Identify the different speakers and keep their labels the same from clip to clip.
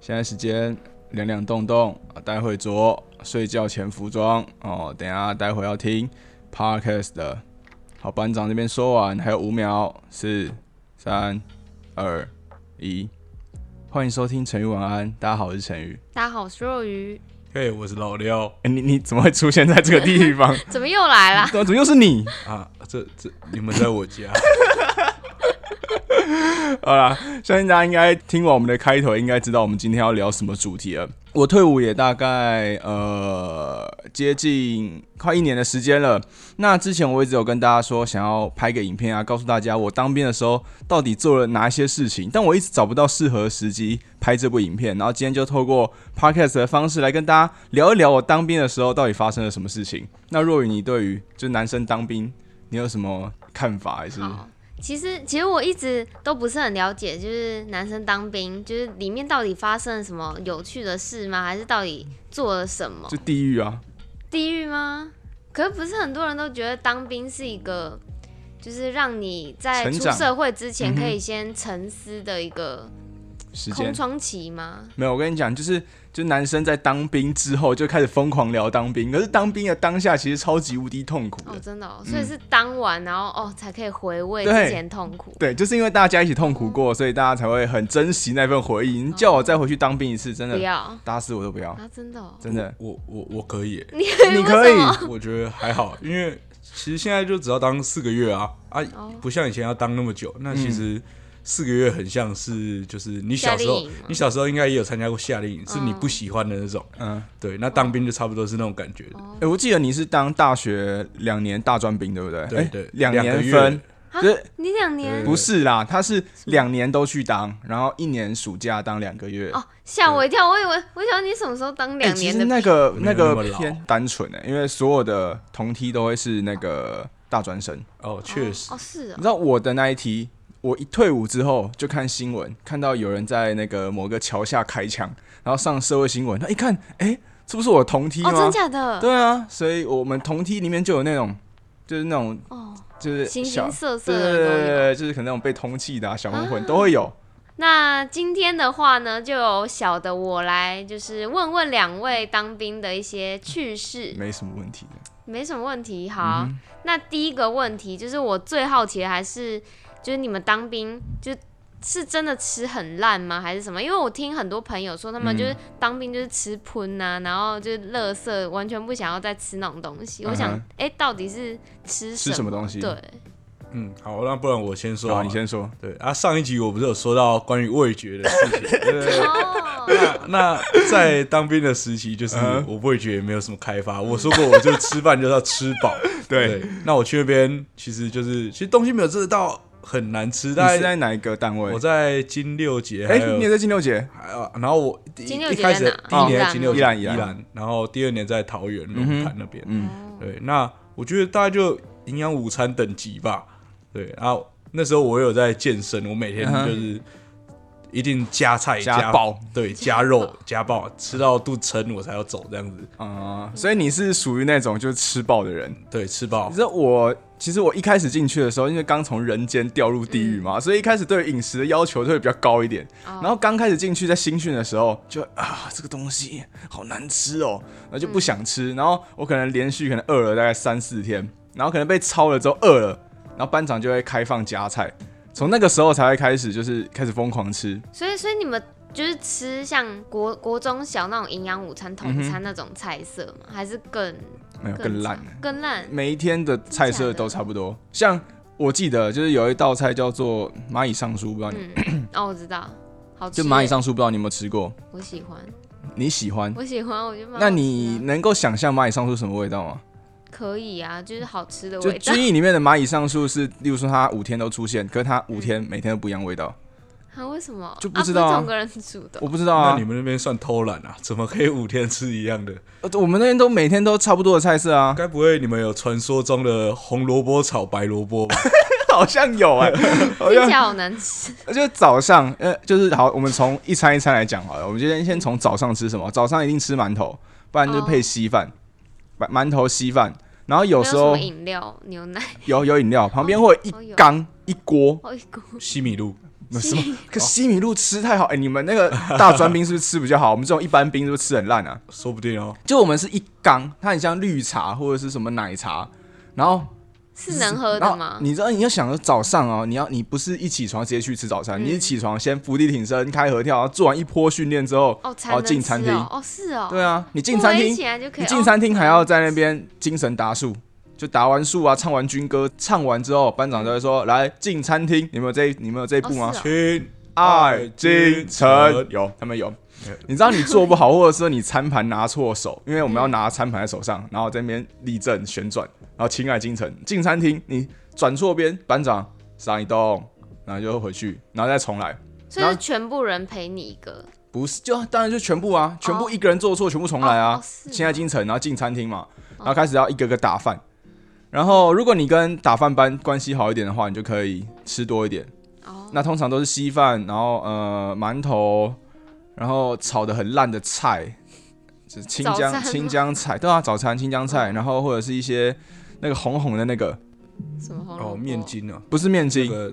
Speaker 1: 现在时间两两动动，啊待会着睡觉前服装哦，等一下待会要听 podcast 的。好，班长这边说完，还有五秒，四、三、二、一，欢迎收听成语晚安，大家好，我是陈宇。
Speaker 2: 大家好，我是若愚，
Speaker 3: 嘿，我是老廖
Speaker 1: 哎、你你怎么会出现在这个地方？
Speaker 2: 怎么又来啦？
Speaker 1: 怎么怎么又是你？
Speaker 3: 啊，这这你们在我家，
Speaker 1: 好啦，相信大家应该听完我们的开头，应该知道我们今天要聊什么主题了。我退伍也大概呃接近快一年的时间了。那之前我一直有跟大家说，想要拍个影片啊，告诉大家我当兵的时候到底做了哪一些事情，但我一直找不到适合的时机拍这部影片。然后今天就透过 podcast 的方式来跟大家聊一聊我当兵的时候到底发生了什么事情。那若雨，你对于就是男生当兵，你有什么看法？还是
Speaker 2: 好，其实其实我一直都不是很了解，就是男生当兵，就是里面到底发生了什么有趣的事吗？还是到底做了什么
Speaker 1: 就地狱啊？
Speaker 2: 地狱吗？可是不是很多人都觉得当兵是一个，就是让你在
Speaker 1: 成
Speaker 2: 出
Speaker 1: 长
Speaker 2: 社会之前
Speaker 1: 嗯哼
Speaker 2: 可以先沉思的一个
Speaker 1: 时间
Speaker 2: 空窗期吗？
Speaker 1: 没有，我跟你讲，就是就是男生在当兵之后就开始疯狂聊当兵，可是当兵的当下其实超级无敌痛苦的。
Speaker 2: 哦，真的、哦，
Speaker 1: 嗯
Speaker 2: 所以是当完然后哦才可以回味之
Speaker 1: 对
Speaker 2: 前痛苦。
Speaker 1: 对，就是因为大家一起痛苦过，所以大家才会很珍惜那份回忆。你叫我再回去当兵一次，真
Speaker 2: 不
Speaker 1: 的
Speaker 2: 要啊，
Speaker 1: 打死我都不要，
Speaker 2: 真的、哦，
Speaker 1: 真的。
Speaker 3: 我我我可以耶，欸
Speaker 1: 你可以，
Speaker 3: 我觉得还好，因为其实现在就只要当四个月啊啊
Speaker 2: 哦，
Speaker 3: 不像以前要当那么久。那
Speaker 1: 嗯
Speaker 3: 其实四个月很像是就是你小时
Speaker 2: 夏
Speaker 3: 候
Speaker 2: 令营吗，
Speaker 3: 你小时候应该也有参加过夏令营，是你
Speaker 2: 嗯
Speaker 3: 不喜欢的那种。
Speaker 1: 嗯，
Speaker 3: 对，那当兵就差不多是那种感觉。
Speaker 1: 哎、我记得你是当大学两年大专兵，对不对？
Speaker 3: 对
Speaker 1: 哎
Speaker 3: 对
Speaker 1: 两
Speaker 3: 两个
Speaker 1: 年
Speaker 3: 月
Speaker 1: 分，
Speaker 2: 啊
Speaker 1: 就是
Speaker 2: 你两年
Speaker 3: 对
Speaker 1: 不是啦，他是两年都去当，然后一年暑假当两个月。
Speaker 2: 哦，吓我一跳，我以为我想你什么时候当
Speaker 1: 哎，
Speaker 2: 两
Speaker 1: 其
Speaker 2: 年
Speaker 1: 实
Speaker 2: 的兵、
Speaker 1: 那个
Speaker 3: 没有
Speaker 1: 那个
Speaker 3: 那么老
Speaker 1: 偏单纯哎、因为所有的同梯都会是那个大专生。
Speaker 3: 哦，确实
Speaker 2: 哦，是哦
Speaker 1: 你知，道我的那一题，我一退伍之后就看新闻，看到有人在那个某个桥下开枪，然后上社会新闻，他一看，哎、这不是我同梯吗？
Speaker 2: 哦，真假的，
Speaker 1: 对啊，所以我们同梯里面就有那种，就是那种
Speaker 2: 哦，
Speaker 1: 就是
Speaker 2: 形
Speaker 1: 小
Speaker 2: 形色色
Speaker 1: 对对
Speaker 2: 的
Speaker 1: 对
Speaker 2: 都有。
Speaker 1: 对对，就是可能那种被通气的、啊、小混混、都会有。
Speaker 2: 那今天的话呢，就由小的我来，就是问问两位当兵的一些趣事，
Speaker 1: 没什么问题的。
Speaker 2: 没什么问题。好，
Speaker 1: 嗯
Speaker 2: 那第一个问题就是我最好奇的还是，就是你们当兵就是。是真的吃很烂吗？还是什么？因为我听很多朋友说，他们
Speaker 1: 嗯
Speaker 2: 就是当兵就是吃喷呐、然后就是垃圾，完全不想要再吃那种东西。我想
Speaker 1: 嗯哼，
Speaker 2: 哎、到底是吃
Speaker 1: 吃什么东西
Speaker 2: 对，
Speaker 3: 嗯，好，那不然我先说好
Speaker 1: 哦好，
Speaker 3: 了，
Speaker 1: 你先说。
Speaker 3: 对啊，上一集我不是有说到关于味觉的事 情，对不对？
Speaker 2: 哦，
Speaker 3: 那在当兵的时期，就是
Speaker 1: 嗯
Speaker 3: 我不会觉得没有什么开发。我说过，我就吃饭就是要吃 饱。
Speaker 1: 对
Speaker 3: 对，那我去那边其实就是，其实东西没有真的到很难吃，
Speaker 1: 你
Speaker 3: 但
Speaker 1: 是在哪一个单位
Speaker 3: 我？在金六节，还
Speaker 1: 哎、你也
Speaker 3: 有
Speaker 1: 在金六节？
Speaker 3: 还有，啊然后我第
Speaker 2: 金六
Speaker 3: 一
Speaker 2: 结
Speaker 3: 开始
Speaker 2: 在哪
Speaker 3: 第一年
Speaker 2: 哦
Speaker 3: 在金六
Speaker 1: 宜
Speaker 3: 节
Speaker 1: 兰
Speaker 3: 宜
Speaker 1: 宜兰
Speaker 3: 兰，然后第二年在桃园龙潭那边。
Speaker 1: 嗯，
Speaker 3: 对，那我觉得大概就营养午餐等级吧。对，然后那时候我有在健身，我每天
Speaker 1: 嗯哼
Speaker 3: 就是一定加菜
Speaker 1: 加
Speaker 3: 加
Speaker 1: 爆，
Speaker 3: 对，加肉加爆，吃到肚撑我才要走这样子。
Speaker 1: 啊、所以你是属于那种就是吃爆的人。
Speaker 3: 对，吃爆
Speaker 1: 你。知道我其实我一开始进去的时候，因为刚从人间掉入地狱嘛，所以一开始对饮食的要求就会比较高一点。然后刚开始进去在新训的时候，就啊这个东西好难吃哦，然后就不想吃。然后我可能连续可能饿了大概三四天，然后可能被操了之后饿了，然后班长就会开放加菜。从那个时候才会开始，就是开始疯狂吃。
Speaker 2: 所以，所以你们就是吃像国国中小那种营养午
Speaker 1: 嗯
Speaker 2: 餐、统餐那种菜色吗？还是更
Speaker 1: 没有更烂，嗯
Speaker 2: 惨更烂？
Speaker 1: 每一天的菜色都差不多。像我记得就是有一道菜叫做蚂蚁上树，不知道你、
Speaker 2: 哦，我知道，好吃
Speaker 1: 就
Speaker 2: 耶。
Speaker 1: 蚂蚁上树，不知道你有没有吃过？
Speaker 2: 我喜欢，
Speaker 1: 你喜欢？
Speaker 2: 我喜欢，我觉得蛮好吃的。
Speaker 1: 那你能够想象蚂蚁上树什么味道吗？
Speaker 2: 可以啊，就是好吃的
Speaker 1: 就
Speaker 2: 味道
Speaker 1: 军营里面的蚂蚁上树是，例如说它五天都出现，可是它五天每天都不一样味道，
Speaker 2: 啊？为什么？
Speaker 1: 就不知道啊
Speaker 2: 啊不是同个人煮的
Speaker 1: 我不知道
Speaker 3: 那
Speaker 1: 啊
Speaker 3: 你。们那边算偷懒啊？怎么可以五天吃一 样的？
Speaker 1: 呃我们那边都每天都差不多的菜色啊，
Speaker 3: 该不会你们有传说中的红萝卜炒白萝卜吧？
Speaker 1: 好像有哎、好
Speaker 2: 听
Speaker 1: 像
Speaker 2: 起来好难吃。
Speaker 1: 就早上，呃，就是好，我们从一餐一餐来讲好了。我们今天先从早上吃什么？早上一定吃馒头，不然就配稀饭，馒、馒头稀饭。然后有
Speaker 2: 哦没
Speaker 1: 时候
Speaker 2: 什么 饮料、牛奶，哦
Speaker 1: 有有饮料，旁边会有一
Speaker 2: 哦有
Speaker 1: 缸一锅
Speaker 2: 哦一股
Speaker 3: 西米露
Speaker 1: 那什 么？可西米露吃太好，哎、你们那个大专兵是不是吃比较好？我们这种一般兵是不是吃很烂啊？
Speaker 3: 说不定哦。
Speaker 1: 就我们是一缸，它很像绿茶或者是什么奶茶，然后
Speaker 2: 是能喝
Speaker 1: 然
Speaker 2: 的
Speaker 1: 后
Speaker 2: 吗？
Speaker 1: 你知道你要想着早上哦，你要你不是一起床直接去吃早餐，
Speaker 2: 嗯
Speaker 1: 你一起床先伏地挺身、开合跳，然后做完一波训练之后，
Speaker 2: 哦，才
Speaker 1: 然后
Speaker 2: 能
Speaker 1: 进餐
Speaker 2: 吃
Speaker 1: 厅。
Speaker 2: 哦，哦是哦，
Speaker 1: 对啊，你进
Speaker 2: 不
Speaker 1: 餐
Speaker 2: 然一
Speaker 1: 厅，
Speaker 2: 起来就可以。
Speaker 1: 你进
Speaker 2: 哦
Speaker 1: 餐厅还要在那边精神达数，就打完数啊，唱完军歌，唱完之后，班长就会说：“来进餐厅，你们有这你们有这一步吗
Speaker 2: 哦是？”
Speaker 3: 亲
Speaker 1: 爱京城有，他们有。你知道你做不好，或者说你餐盘拿错手，因为我们要拿餐盘在手上，然后在那边立正旋转，然后亲爱京城进餐厅，你转错边，班长上一动，然后就回去，然后再重来。
Speaker 2: 哦所以是全部人陪你一个，
Speaker 1: 不是，就当然就全部啊，全部一个人做错，全部重来
Speaker 2: 哦
Speaker 1: 啊
Speaker 2: 哦。是哦
Speaker 1: 亲爱京城，然后进餐厅嘛，然后开始要一个个打饭。然后如果你跟打饭班关系好一点的话，你就可以吃多一点。
Speaker 2: 哦，
Speaker 1: 那通常都是稀饭，然后呃馒头，然后炒的很烂的菜，就是青
Speaker 2: 早餐
Speaker 1: 江
Speaker 2: 吗
Speaker 1: 青江菜，对啊，早餐青江 菜，然后或者是一些那个红红的那个，
Speaker 2: 什么红萝
Speaker 3: 哦，
Speaker 2: 卜
Speaker 3: 面，筋啊，
Speaker 1: 不是面
Speaker 3: 这
Speaker 1: 筋，
Speaker 3: 个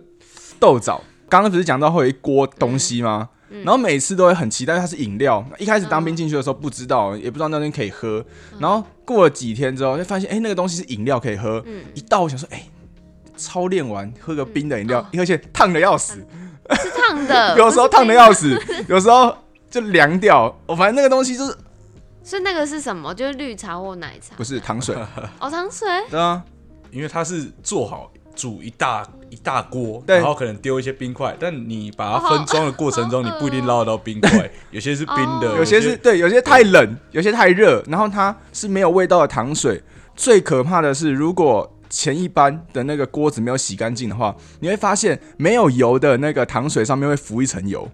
Speaker 1: 豆枣。刚刚不是讲到会有一锅东西吗？
Speaker 2: 嗯
Speaker 1: 然后每次都会很期待它是饮料。一开始当兵进去的时候不知道，也不知道那天可以喝。
Speaker 2: 嗯
Speaker 1: 然后过了几天之后，就发现哎、诶那个东西是饮料可以喝。
Speaker 2: 嗯，
Speaker 1: 一到我想说，哎、操练完喝个冰的饮料，
Speaker 2: 嗯
Speaker 1: 而且烫的要死，
Speaker 2: 是烫 的，
Speaker 1: 有时候
Speaker 2: 不是
Speaker 1: 烫的
Speaker 2: 冰
Speaker 1: 要死， 有时候就凉掉。我反正那个东西就是
Speaker 2: 所以那个是什么？就是绿茶或奶茶
Speaker 1: 不？是糖 水，
Speaker 2: 哦，糖水。
Speaker 1: 对啊，
Speaker 3: 因为它是做好煮一大一大锅，
Speaker 1: 对
Speaker 3: 然后可能丢一些冰块，但你把它
Speaker 2: 哦好
Speaker 3: 分装的 过程中，
Speaker 2: 好
Speaker 3: 你
Speaker 2: 恶哦
Speaker 3: 不一定捞得到冰块，有些是冰的，
Speaker 2: 哦
Speaker 1: 有些是对，有些太冷，有些太热，然后它是没有味道的糖水。最可怕的是，如果前一班的那个锅子没有洗干净的话，你会发现没有油的那个糖水上面会浮一层油，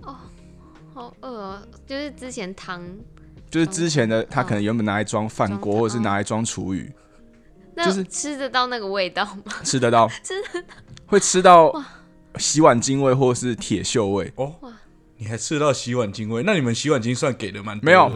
Speaker 2: 好饿哦，就是之前糖，
Speaker 1: 就是之前的它可能原本拿来装饭锅，
Speaker 2: 装
Speaker 1: 或者是拿来装厨余，
Speaker 2: 那
Speaker 1: 就是
Speaker 2: 吃得到那个味道吗？
Speaker 1: 吃得 到，会吃到洗碗精味或者是铁锈味。
Speaker 3: 哦。你还吃得到洗碗精味？那你们洗碗精算给的蛮多的
Speaker 1: 没有，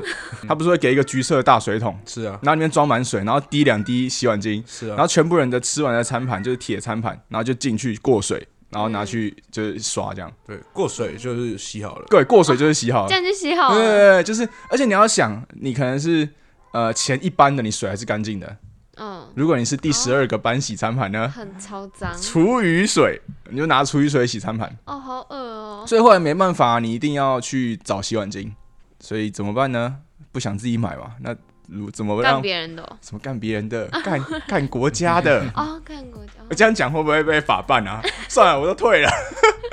Speaker 1: 它不是会给一个橘色的大水桶，
Speaker 3: 是啊，
Speaker 1: 然后里面装满水，然后滴两滴洗碗精，
Speaker 3: 是啊
Speaker 1: 然后全部人的吃完的餐盘就是铁餐盘，然后就进去过水，然后拿去就是刷这样。
Speaker 3: 对，过水就是洗好了，
Speaker 1: 对，过水就是洗好了。
Speaker 2: 哦这样就洗好
Speaker 1: 对对对，
Speaker 2: 了。
Speaker 1: 就是，而且你要想，你可能是呃前一班的，你水还是干净的。
Speaker 2: 嗯，
Speaker 1: 如果你是第十二个班洗餐盘呢，
Speaker 2: 很超 脏。
Speaker 1: 厨余水，你就拿厨余水洗餐盘。
Speaker 2: 哦，好恶哦。
Speaker 1: 所以后来没办法，你一定要去找洗碗巾。所以怎么办呢？不想自己买嘛？那如怎么
Speaker 2: 干
Speaker 1: 让
Speaker 2: 别人的哦，
Speaker 1: 什么干别人的，干干国家的？
Speaker 2: 哦干过哦
Speaker 1: 我这样讲会不会被法办啊？ 算了，我都退了，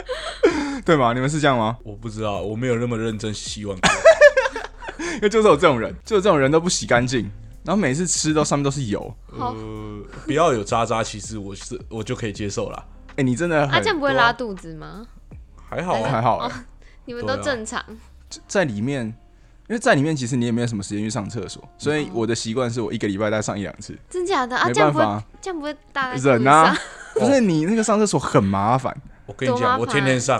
Speaker 1: 对吗？你们是这样吗？
Speaker 3: 我不知道，我没有那么认真洗碗过。
Speaker 1: 因为就是有这种人，就是这种人都不洗干净，然后每次吃都上面都是油。
Speaker 2: 好
Speaker 3: 呃，不要有渣渣，其实我是我就可以接受啦，
Speaker 1: 哎、你真的
Speaker 2: 啊，
Speaker 1: 很
Speaker 2: 这样哦不会拉肚子吗？
Speaker 3: 还好啊。
Speaker 1: 还好、欸
Speaker 2: 你们都
Speaker 3: 对啊
Speaker 2: 正常，
Speaker 1: 在里面，因为在里面其实你也没有什么时间去上厕所，所以我的习惯是我一个礼拜再上一两次，
Speaker 2: 真假的嗯啊？
Speaker 1: 没
Speaker 2: 这
Speaker 1: 办
Speaker 2: 样不会哦
Speaker 1: 法，啊，
Speaker 2: 这样不会大在肚
Speaker 1: 忍
Speaker 2: 子
Speaker 1: 啊
Speaker 2: 上？。
Speaker 1: 不是你那个上厕所很麻烦，
Speaker 2: 哦
Speaker 3: 我跟你
Speaker 2: 多麻
Speaker 3: 讲，
Speaker 2: 烦
Speaker 3: 我天天上，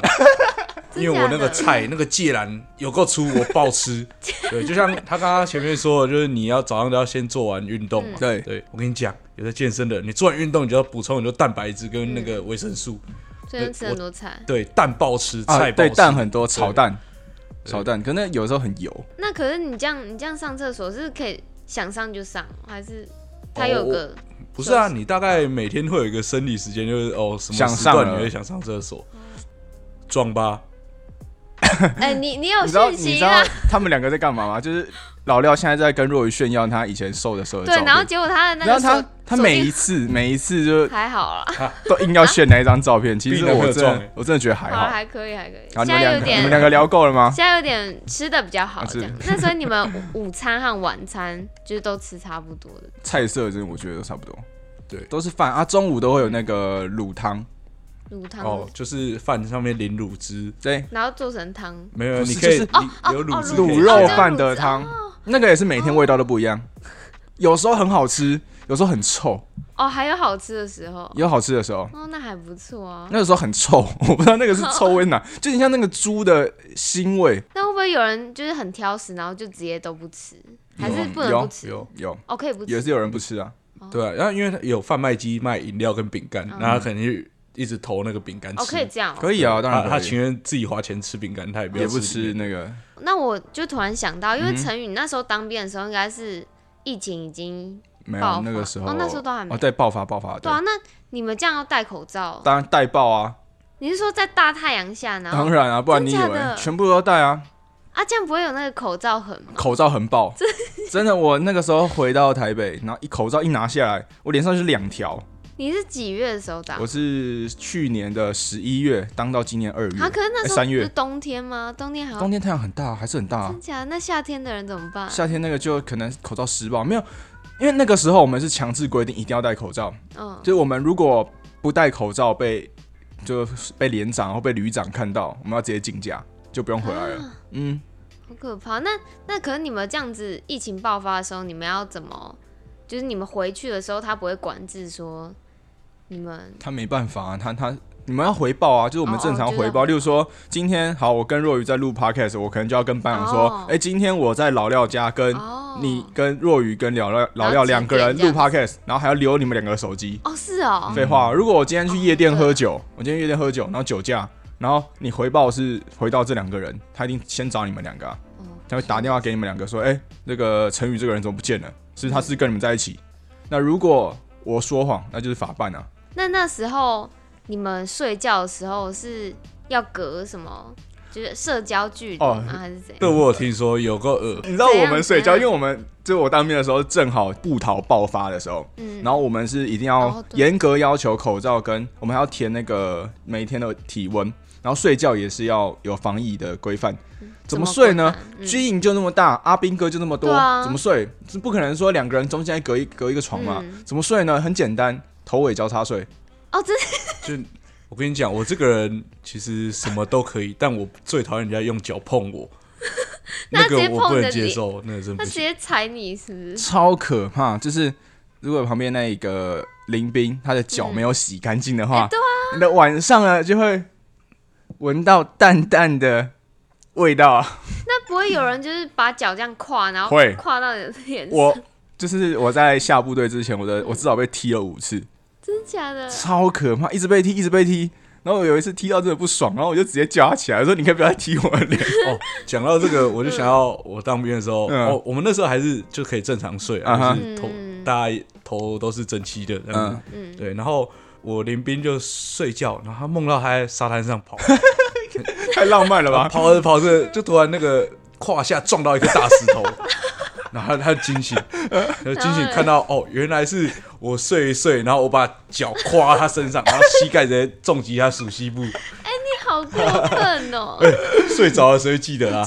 Speaker 3: 因为我那个菜那个芥兰有够粗，我爆 吃。对，就像他刚刚前面说的，就是你要早上都要先做完运动
Speaker 2: 嗯
Speaker 3: 嘛。
Speaker 1: 对
Speaker 3: 对，我跟你讲，有在健身的人，你做完运动，你就要补充很多蛋白质跟那个维生素。
Speaker 2: 所以就吃很多菜。
Speaker 3: 对，蛋爆吃，
Speaker 1: 啊，
Speaker 3: 菜爆
Speaker 1: 对
Speaker 3: 吃，
Speaker 1: 蛋很多，炒蛋，炒蛋，可能有时候很油，
Speaker 2: 那可是你这样，你这样上厕所是可以想上就上，还是它有
Speaker 1: 哦
Speaker 2: 个
Speaker 3: 不是啊，你大概每天会有一个生理时间，就是哦，什么
Speaker 1: 想
Speaker 3: 时
Speaker 1: 上
Speaker 3: 段
Speaker 1: 了
Speaker 3: 你会想上厕所，撞吧。
Speaker 2: 哎、你你有
Speaker 1: 你知道
Speaker 2: 信
Speaker 1: 你知
Speaker 2: 心
Speaker 1: 道
Speaker 2: 啊？
Speaker 1: 他们两个在干嘛吗？就是老廖现在在跟若雨炫耀他以前瘦的时候的照
Speaker 2: 对，
Speaker 1: 片。
Speaker 2: 然后结果他的那
Speaker 1: 然
Speaker 2: 个
Speaker 1: 后他
Speaker 2: 手
Speaker 1: 他
Speaker 2: 手
Speaker 1: 每
Speaker 2: 臂
Speaker 1: 一次每一次就
Speaker 2: 还好啦，
Speaker 1: 都硬要炫那一张照片，其实
Speaker 3: 逼得
Speaker 1: 我
Speaker 3: 客
Speaker 1: 真
Speaker 3: 壮
Speaker 1: 的
Speaker 3: 欸
Speaker 1: 我真的觉得还
Speaker 2: 好
Speaker 1: 好
Speaker 2: 啦。还可以还可以。
Speaker 1: 好，
Speaker 2: 现
Speaker 1: 你们两
Speaker 2: 在有
Speaker 1: 个你们
Speaker 2: 点
Speaker 1: 两个聊够了吗
Speaker 3: 啊
Speaker 2: 现？在有点吃的比较好
Speaker 1: 啊
Speaker 2: 这
Speaker 1: 是
Speaker 2: 样。那所以你们午午餐和晚餐就是都吃差不多的，
Speaker 1: 菜色真的我觉得都差不多，
Speaker 3: 对
Speaker 1: 都是饭啊。中午都会有那个卤汤，
Speaker 2: 卤汤、
Speaker 3: 哦，就是饭上面淋乳汁，
Speaker 1: 对，
Speaker 2: 然后做成汤。
Speaker 3: 没有，
Speaker 1: 不是
Speaker 3: 你可以
Speaker 1: 就是
Speaker 3: 你有乳汁可以
Speaker 1: 卤
Speaker 3: 吃
Speaker 1: 肉
Speaker 2: 哦
Speaker 1: 饭的汤，那个也是每天味道都不一样，有时候很好吃，有时候很臭，
Speaker 2: 哦，还有好吃的时候。
Speaker 1: 也有好吃的时候。
Speaker 2: 哦，那还不错啊。
Speaker 1: 那个时候很臭，我不知道那个是臭味 哪，就很像那个猪的腥味。
Speaker 2: 那会不会有人就是很挑食，然后就直接都不吃，还是不能
Speaker 1: 有
Speaker 2: 不吃？
Speaker 3: 啊有
Speaker 1: 有
Speaker 2: 哦，可以不吃。哦
Speaker 1: 也是有人不吃啊，
Speaker 3: 对啊，然后因为它有贩卖机卖饮料跟饼干，然后他可能就一直投那个饼干
Speaker 2: 嗯
Speaker 3: 吃。
Speaker 2: 哦，可以这样、哦。
Speaker 1: 可以啊，当然
Speaker 3: 他
Speaker 1: 可以
Speaker 3: 他情愿自己花钱吃饼干，他也不要
Speaker 1: 也不
Speaker 3: 吃
Speaker 1: 吃
Speaker 3: 里面。
Speaker 1: 那个，
Speaker 2: 那我就突然想到，因
Speaker 3: 嗯
Speaker 2: 为陈宇那时候当兵的时候，应该是疫情已经
Speaker 1: 没有
Speaker 2: 爆发
Speaker 1: 那个时候，
Speaker 2: 哦那时候都还没
Speaker 1: 哦，对，爆发爆发，
Speaker 3: 嗯
Speaker 2: 对啊，那你们这样要戴口罩？
Speaker 1: 当然带爆啊，
Speaker 2: 你是说在大太阳下呢？
Speaker 1: 当然啊，不然你以
Speaker 2: 真假
Speaker 1: 为
Speaker 2: 的
Speaker 1: 全部都带啊？
Speaker 2: 啊，这样不会有那个口罩痕吗？
Speaker 1: 口罩很爆，真的，我那个时候回到台北，然后一口罩一拿下来，我脸上就是两条。
Speaker 2: 你是几月的时候打？
Speaker 1: 我是去年的十一月当到今年二月，
Speaker 2: 啊，可是那时候
Speaker 1: 哎三
Speaker 2: 不
Speaker 1: 月
Speaker 2: 是冬天吗？冬天还要
Speaker 1: 冬天太阳很大，还是很大啊、
Speaker 2: 真假的？啊那夏天的人怎么办？
Speaker 1: 夏天那个就可能口罩湿吧，没有，因为那个时候我们是强制规定一定要戴口罩，
Speaker 2: 嗯
Speaker 1: 就，是我们如果不戴口罩被就是被连长或被旅长看到，我们要直接请假，就不用回来了。
Speaker 2: 啊
Speaker 1: 嗯，
Speaker 2: 好可怕。那那可是你们这样子疫情爆发的时候，你们要怎么？就是你们回去的时候，他不会管制说你们
Speaker 1: 他没办法、啊，他他。你们要回报啊，就是我们
Speaker 2: 哦
Speaker 1: 正常
Speaker 2: 就是要
Speaker 1: 回报。
Speaker 2: 回报
Speaker 1: 例如说，今天好，我跟若雨在录 podcast，我可能就要跟班长说，哎、
Speaker 2: 哦
Speaker 1: 今天我在老廖家跟
Speaker 2: 哦，
Speaker 1: 嗯你跟若雨跟老廖老廖两个人录 podcast，然后还要留你们两个的手机。
Speaker 2: 哦是哦，
Speaker 1: 废话，如果我今天去夜店
Speaker 2: 哦
Speaker 1: 喝酒，我今天夜店喝酒，然后酒驾，然后你回报是回到这两个人，他一定先找你们两个、啊，
Speaker 2: 哦
Speaker 1: 他会打电话给你们两个说，哎、那个陈宇这个人怎么不见了？是不
Speaker 2: 嗯
Speaker 1: 是他是跟你们在一起？那如果我说谎，那就是法办啊。
Speaker 2: 那那时候你们睡觉的时候是要隔什么？就是社交距离吗？
Speaker 1: 哦
Speaker 2: 还是怎
Speaker 3: 对，
Speaker 2: 样？
Speaker 3: 我有听说有个呃鹅，
Speaker 1: 你知道
Speaker 2: 怎
Speaker 1: 我
Speaker 2: 样嗯
Speaker 1: 们睡觉，
Speaker 2: 怎样
Speaker 1: 因为我们就我当兵的时候正好布逃爆发的时候，
Speaker 2: 嗯，
Speaker 1: 然后我们是一定
Speaker 2: 哦
Speaker 1: 要
Speaker 2: 对
Speaker 1: 严格要求口罩跟，我们还要填那个每天的体温，然后睡觉也是要有防疫的规范。怎么睡呢
Speaker 2: 嗯规范？嗯
Speaker 1: 军营就那么大，阿兵哥就那么多
Speaker 2: 对，啊
Speaker 1: 怎么睡？是不可能说两个人中间隔一隔一个床嘛
Speaker 2: 嗯？
Speaker 1: 怎么睡呢？很简单，头尾交叉睡。
Speaker 2: 哦，真的
Speaker 3: 就我跟你讲，我这个人其实什么都可以，但我最讨厌人家用脚碰 我，
Speaker 2: 那
Speaker 3: 那
Speaker 2: 直接
Speaker 3: 个我不
Speaker 2: 碰着
Speaker 3: 能接
Speaker 2: 你
Speaker 3: 受，那个真
Speaker 2: 他直
Speaker 3: 不行。
Speaker 2: 接踩你是不是？
Speaker 1: 超可怕。就是如果旁边那一个林兵他的脚没有洗干净的话，
Speaker 2: 嗯哎对
Speaker 1: 你的晚上呢就会闻到淡淡的味道。
Speaker 2: 那不会有人就是把脚这样跨，然后
Speaker 1: 会
Speaker 2: 跨到你的脸上？
Speaker 1: 我就是我在下部队之前，我的我至少被踢了五次，
Speaker 2: 真假的？
Speaker 1: 超可怕，一直被踢，一直被踢。然后我有一次踢到真的不爽，然后我就直接叫他起来，我说：“你可以 不要再踢我的脸。
Speaker 3: 哦，讲到这 个，我就想要我当兵的时候，
Speaker 1: 嗯
Speaker 3: 哦，我们那时候还是就可以正常睡，
Speaker 1: 啊哈
Speaker 3: 就是头
Speaker 2: 嗯
Speaker 3: 大家头都是整齐的，这样子
Speaker 2: 嗯
Speaker 3: 对。然后我林兵就睡觉，然后他梦到他在沙滩上跑，”
Speaker 1: 太浪漫了
Speaker 3: 然后
Speaker 1: 吧？
Speaker 3: 跑着跑着就突然那个胯下撞到一个大石头。然后他惊醒，他惊醒
Speaker 2: 然后
Speaker 3: 看到哦，原来是我睡一睡，然后我把脚跨到他身上，然后膝盖直接重击他属膝部。
Speaker 2: 你好过分哦！
Speaker 1: 哎
Speaker 3: 睡着的时候记得啦，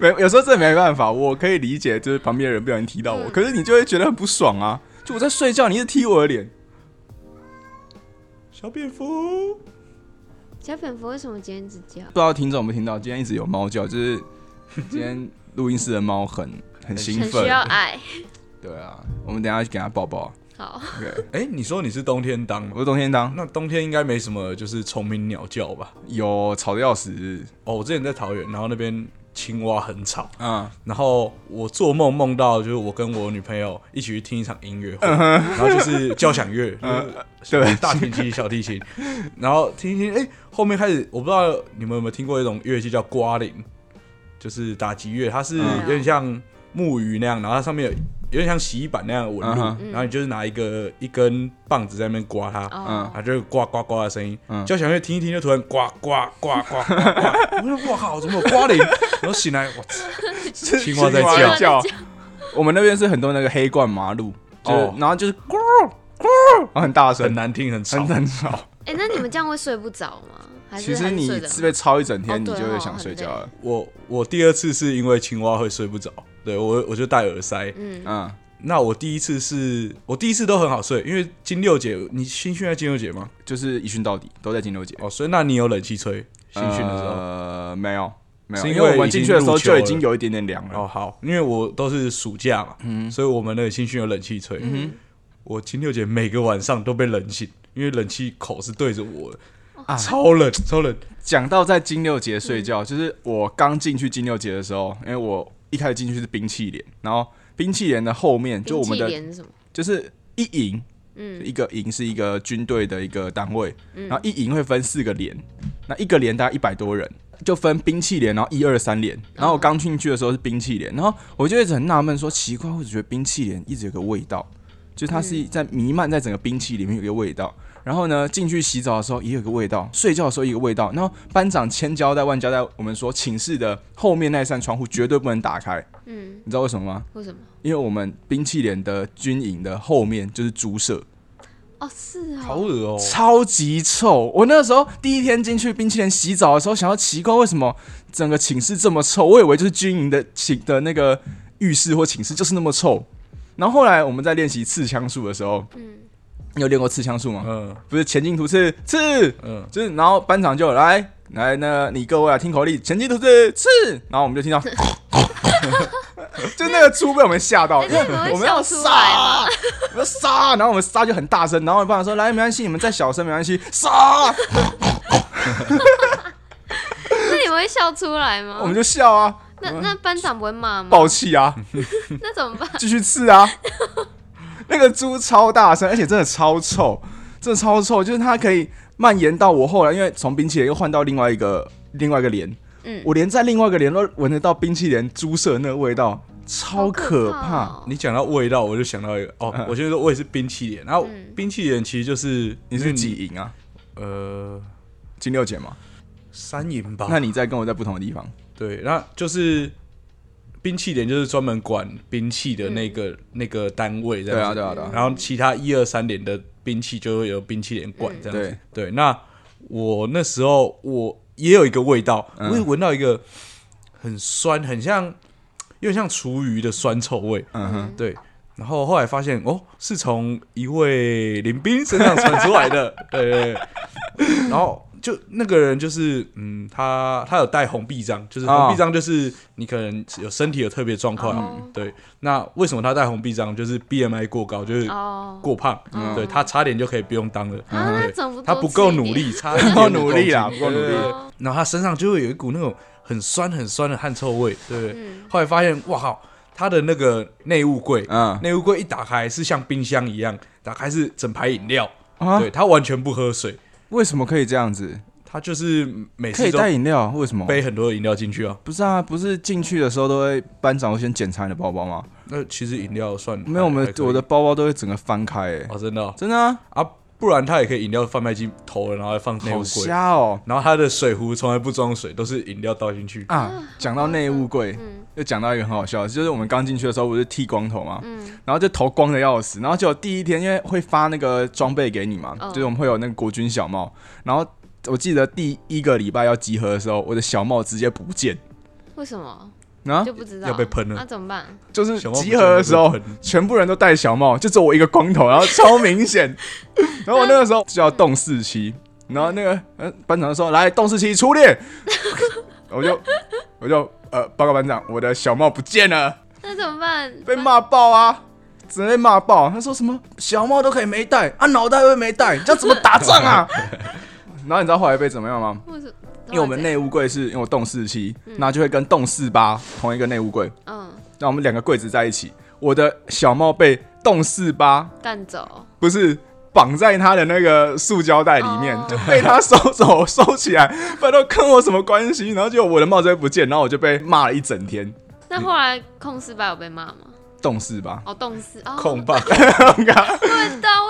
Speaker 1: 没，有时候真的没办法，我可以理解，就是旁边的人不小心踢到
Speaker 2: 嗯
Speaker 1: 我，可是你就会觉得很不爽啊！就我在睡觉，你一直踢我的脸，
Speaker 3: 小蝙蝠。
Speaker 2: 小蝙蝠为什么今天只叫
Speaker 1: 不？知道听众有没有听到，今天一直有猫叫，就是 今天录音室的猫很很兴
Speaker 2: 很
Speaker 1: 奋
Speaker 2: 需，要爱。
Speaker 1: 对啊，我们等一下去给它抱抱。
Speaker 2: 好，
Speaker 1: OK，
Speaker 3: 哎，你说你是冬天当吗
Speaker 1: 我？是冬天当，
Speaker 3: 那冬天应该没什么，就是虫鸣鸟叫吧？
Speaker 1: 有吵得要死
Speaker 3: 哦，我之前在桃园，然后那边青蛙很吵，
Speaker 1: 啊，
Speaker 3: 然后我做梦梦到就是我跟我女朋友一起去听一场音乐会，然后就是交响 乐，就是
Speaker 1: 嗯对
Speaker 3: 大提琴、小提琴，然后听一听，哎，后面开始我不知道你们有没有听过一种乐器叫瓜铃，就是打击乐，它是
Speaker 1: 嗯
Speaker 3: 有点像木鱼那样，然后它上面有有点像洗衣板那样的纹
Speaker 1: 嗯
Speaker 3: 路
Speaker 1: 哼，
Speaker 3: 然后你就是拿一个一根棒子在那边刮它，
Speaker 2: 哦，
Speaker 3: 啊，就是呱呱呱的声音
Speaker 1: 嗯。
Speaker 3: 交响乐听一听，就突然呱呱呱呱呱呱，我说哇靠，怎么有呱铃？ 然后醒来，我操，青蛙在
Speaker 1: 青蛙在。
Speaker 3: 叫
Speaker 1: 嗯叫。我们那边是很多那个黑冠麻鹿，就是、
Speaker 3: 哦
Speaker 1: 然后就是咕咕，然后很大声，
Speaker 3: 很难听，很吵
Speaker 1: 很，很吵。
Speaker 2: 哎，那你们这样会睡不着吗？还是
Speaker 1: 其实
Speaker 2: 还是
Speaker 1: 你
Speaker 2: 睡得
Speaker 1: 是
Speaker 2: 很
Speaker 1: 被吵一整天，
Speaker 2: 哦
Speaker 1: 你
Speaker 2: 对
Speaker 1: 就会
Speaker 2: 哦
Speaker 1: 想
Speaker 2: 很
Speaker 1: 睡觉
Speaker 2: 累
Speaker 1: 了。
Speaker 3: 我我第二次是因为青蛙会睡不着，对我我就戴耳塞。
Speaker 2: 嗯
Speaker 1: 嗯，
Speaker 3: 那我第一次是我第一次都很好睡，因为金六姐，你新训在金六姐吗？
Speaker 1: 就是一训到底，都在金牛节。
Speaker 3: 哦，所以那你有冷气吹新训的时候？
Speaker 1: 呃，没有没有，
Speaker 3: 是因
Speaker 1: 因为
Speaker 3: 为
Speaker 1: 我们
Speaker 3: 已经
Speaker 1: 进去的时候
Speaker 3: 入秋
Speaker 1: 就
Speaker 3: 了
Speaker 1: 已经有一点点凉了。
Speaker 3: 哦，好，因为我都是暑假嘛，所以我们那个新训有冷气吹。我金六姐每个晚上都被冷醒，因为冷气口是对着我的，
Speaker 1: 啊
Speaker 3: 超冷，超冷。
Speaker 1: 讲到在金六节睡
Speaker 2: 嗯
Speaker 1: 觉，就是我刚进去金六节的时候，因为我一开始进去是兵器连，然后兵器连的后面就
Speaker 2: 冰
Speaker 1: 我
Speaker 2: 淇
Speaker 1: 们的
Speaker 2: 淋是什么？
Speaker 1: 就是一营
Speaker 2: 嗯
Speaker 1: 一个营是一个军队的一个单位，然后一营会分四个连，那一个连大概一百多人，就分兵器连，然后一二三连。然后我刚进去的时候是兵器连，然后我就一直很纳闷说，奇怪，我只觉得兵器连一直有个味道，就是它是在弥漫在整个兵器里面有个味道。然后呢，进去洗澡的时候也有个味道，睡觉的时候也有个味道。然后班长千交代万交代，我们说寝室的后面那扇窗户绝对不能打开，
Speaker 2: 嗯，
Speaker 1: 你知道为什么吗？
Speaker 2: 为什么？
Speaker 1: 因为我们兵器连的军营的后面就是猪舍，
Speaker 2: 哦，是
Speaker 3: 好
Speaker 2: 哦，
Speaker 3: 恶哦、
Speaker 1: 超级臭。我那时候第一天进去冰淇淋洗澡的时候，想要奇怪为什么整个寝室这么臭，我以为就是军营的寝的那个浴室或寝室就是那么臭。然后后来我们在练习刺枪术的时候，嗯，你有练过刺枪术吗？
Speaker 3: 嗯
Speaker 1: 不是前进图刺刺，
Speaker 3: 嗯，
Speaker 1: 就是然后班长就来来那你各位啊听口令，前进图刺刺，然后我们就听到。就那个猪被我们吓到，因为
Speaker 2: 哎那你们会
Speaker 1: 我们要
Speaker 2: 笑出来
Speaker 1: 杀
Speaker 2: 吗，
Speaker 1: 我们要杀，然后我们杀就很大声，然后班长说来没关系，你们再小声没关系，
Speaker 2: 哦
Speaker 1: 杀，
Speaker 2: 那你们会笑出来吗
Speaker 1: 我？们就笑啊，
Speaker 2: 那那班长不会骂吗？
Speaker 1: 爆气啊，
Speaker 2: 那怎么办？
Speaker 1: 继续刺啊， 那个猪超大声，而且真的超臭，真的超臭，就是它可以蔓延到我后来，因为从冰淇淋又换到另外一个另外一个连，
Speaker 2: 嗯
Speaker 1: 我连在另外一个连都闻得到冰淇淋猪舍那个味道，超可
Speaker 2: 好
Speaker 1: 怕。
Speaker 2: 哦
Speaker 3: 你讲到味道，我就想到一个
Speaker 1: 嗯
Speaker 3: 哦，我现在说我也是冰淇淋，然后
Speaker 2: 嗯
Speaker 3: 冰淇淋其实就是
Speaker 1: 你是几营啊？
Speaker 3: 呃
Speaker 1: 金六姐嘛？
Speaker 3: 三营吧？
Speaker 1: 那你在跟我在不同的地方，
Speaker 3: 对，那就是兵器连就是专门管兵器的那个、那个单位这
Speaker 1: 对
Speaker 3: 样
Speaker 1: 啊，
Speaker 3: 子。
Speaker 1: 对啊，对啊，
Speaker 3: 然后其他一二三连的兵器就会由兵器连管这样子。对，那我那时候我也有一个味道，
Speaker 1: 嗯
Speaker 3: 我也闻到一个很酸，很像有点像厨余的酸臭味。
Speaker 1: 嗯哼，
Speaker 3: 对。然后后来发现哦，是从一位林兵身上传出 来的，对对对。然后就那个人就是，嗯，他他有带红臂章，就是
Speaker 1: 哦
Speaker 2: 啊
Speaker 3: 红臂章就是你可能有身体有特别状况，
Speaker 2: 哦
Speaker 3: 对。那为什么他带红臂章？就是 BMI 过高，就是
Speaker 2: 哦，
Speaker 3: 过胖，对他差点就可以不用当了，
Speaker 1: 嗯
Speaker 2: 啊，那
Speaker 3: 对，
Speaker 2: 怎么
Speaker 3: 他
Speaker 2: 多
Speaker 3: 不
Speaker 2: 吃
Speaker 3: 够
Speaker 2: 一
Speaker 3: 努
Speaker 2: 点
Speaker 3: 力，差
Speaker 1: 不够努力啦
Speaker 3: 啊，
Speaker 1: 不够努力
Speaker 3: 对对对
Speaker 2: 哦
Speaker 3: 然后他身上就会有一股那种很酸很酸的汗臭味，对不对？
Speaker 2: 嗯
Speaker 3: 后来发现，哇靠，他的那个内务柜，
Speaker 1: 嗯
Speaker 3: 内务柜一打开是像冰箱一样，打开是整排饮料，
Speaker 1: 啊，
Speaker 3: 对他完全不喝水，
Speaker 1: 为什么可以这样子？
Speaker 3: 他就是每
Speaker 1: 可
Speaker 3: 次
Speaker 1: 以
Speaker 3: 都
Speaker 1: 带饮料？为什么？
Speaker 3: 背很多的饮料进去啊。
Speaker 1: 不是啊，不是进去的时候都会班长会先检查你的包包吗？
Speaker 3: 那其实饮料算
Speaker 1: 没有，我
Speaker 3: 还
Speaker 1: 们
Speaker 3: 还可以
Speaker 1: 我的包包都会整个翻开、欸，
Speaker 3: 哦，真的哦
Speaker 1: 真的啊，
Speaker 3: 啊，不然他也可以饮料贩卖机投了，然后放内务
Speaker 1: 好
Speaker 3: 柜。
Speaker 1: 瞎哦、
Speaker 3: 然后他的水壶从来不装水，都是饮料倒进去。
Speaker 1: 啊！讲到内务柜，
Speaker 2: 嗯
Speaker 1: 又讲到一个很好笑的，就是我们刚进去的时候不是剃光头嘛，
Speaker 2: 嗯
Speaker 1: 然后就头光的要死，然后就第一天因为会发那个装备给你嘛，
Speaker 2: 嗯
Speaker 1: 就是我们会有那个国军小帽，然后我记得第一个礼拜要集合的时候，我的小帽直接不见
Speaker 2: 为什么
Speaker 1: 啊
Speaker 2: 就，不知道
Speaker 3: 要被喷了
Speaker 2: 那怎么办？
Speaker 1: 就是
Speaker 3: 小猫不见
Speaker 1: 集合的时候
Speaker 3: 会喷
Speaker 1: 全部人都戴小帽，就只有我一个光头，然后超明显。然后我那个时候就要动四七，然后那个呃班长就说来动四七出列，我就我就呃报告班长，我的小帽不见了，
Speaker 2: 那怎么办？
Speaker 1: 被骂爆啊！只能被骂爆，他说什么小帽都可以没戴啊，脑袋会没戴，你这样怎么打仗啊？然后你知道后来被怎么样吗？
Speaker 2: 为什么？
Speaker 1: 因为我们内务柜是因为我动四七，那就会跟动四八同一个内务柜，
Speaker 2: 嗯
Speaker 1: 那我们两个柜子在一起，我的小帽被动四八
Speaker 2: 干走，
Speaker 1: 不是绑在他的那个塑胶袋里面，
Speaker 2: 哦
Speaker 1: 就被他收走收起来，不然都跟我什么关系？然后结果我的帽子会不见，然后我就被骂了一整天。
Speaker 2: 那后来控四八有被骂吗？
Speaker 1: 动四 八，
Speaker 2: 哦，动四哦，
Speaker 3: 控棒，
Speaker 2: 对的，我以为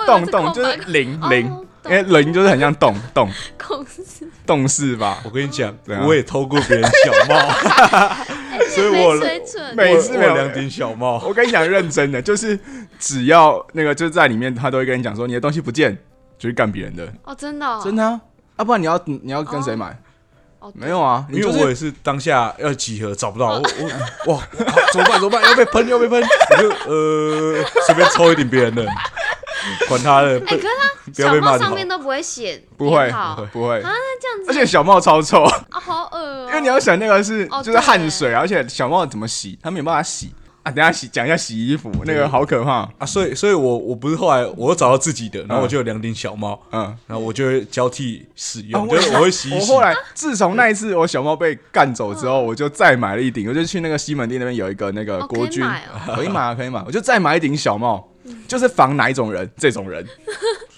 Speaker 1: 动
Speaker 2: 是
Speaker 1: 动
Speaker 2: 控
Speaker 1: 就是
Speaker 2: 八
Speaker 1: 零
Speaker 2: 哦
Speaker 1: 零，因
Speaker 2: 懂
Speaker 1: 为零就是很像动动
Speaker 2: 控 四，
Speaker 1: 动四八。
Speaker 3: 我跟你 讲
Speaker 1: 怎样，
Speaker 3: 我也偷过别人小帽，所以我
Speaker 2: 哎没水 准，
Speaker 1: 每次没有
Speaker 3: 我我两顶小帽，
Speaker 1: 我跟你讲，认真的，就是只要那个就是在里面，他都会跟你讲说你的东西不见，就去干别人的，
Speaker 2: 哦，真的哦，
Speaker 1: 真的啊。要不然你要你要跟谁买？
Speaker 2: 哦
Speaker 1: 没有啊，你
Speaker 3: 因为
Speaker 1: 就是
Speaker 3: 我也是当下要集合找不到，我我哇，怎么办？怎么办？要被喷，要被喷，我就呃随便抽一点别人的，管他的，
Speaker 2: 哎，可是
Speaker 3: 不
Speaker 2: 他
Speaker 3: 要
Speaker 2: 小
Speaker 3: 被骂
Speaker 2: 帽
Speaker 3: 就
Speaker 2: 上
Speaker 3: 好。
Speaker 2: 面都不会写
Speaker 1: 不会
Speaker 2: 编号，啊，
Speaker 1: 不会，
Speaker 2: 那这样
Speaker 1: 而
Speaker 2: 子
Speaker 1: 且小帽超臭，
Speaker 2: 啊，好恶哦，
Speaker 1: 因为你要想那个是
Speaker 2: 哦
Speaker 1: 就是汗水，而且小帽怎么洗，他没有办法洗啊。等一下洗讲一下洗衣服，那个好可怕。
Speaker 3: 啊，所以，所以我我不是后来我又找到自己的，然后我就有两顶小帽，
Speaker 1: 嗯，哦
Speaker 3: 然后我就会交替使用，
Speaker 1: 我
Speaker 3: 就是我会洗一
Speaker 1: 我
Speaker 3: 洗。
Speaker 1: 后来自从那一次我小帽被干走之后，我就再买了一顶，我就去那个西门町那边有一个那个
Speaker 2: 嗯哦可以
Speaker 1: 国军
Speaker 2: 买，哦嗯
Speaker 1: 可以买啊，可以买，我就再买一顶小帽，就是防哪一种人？这种 人，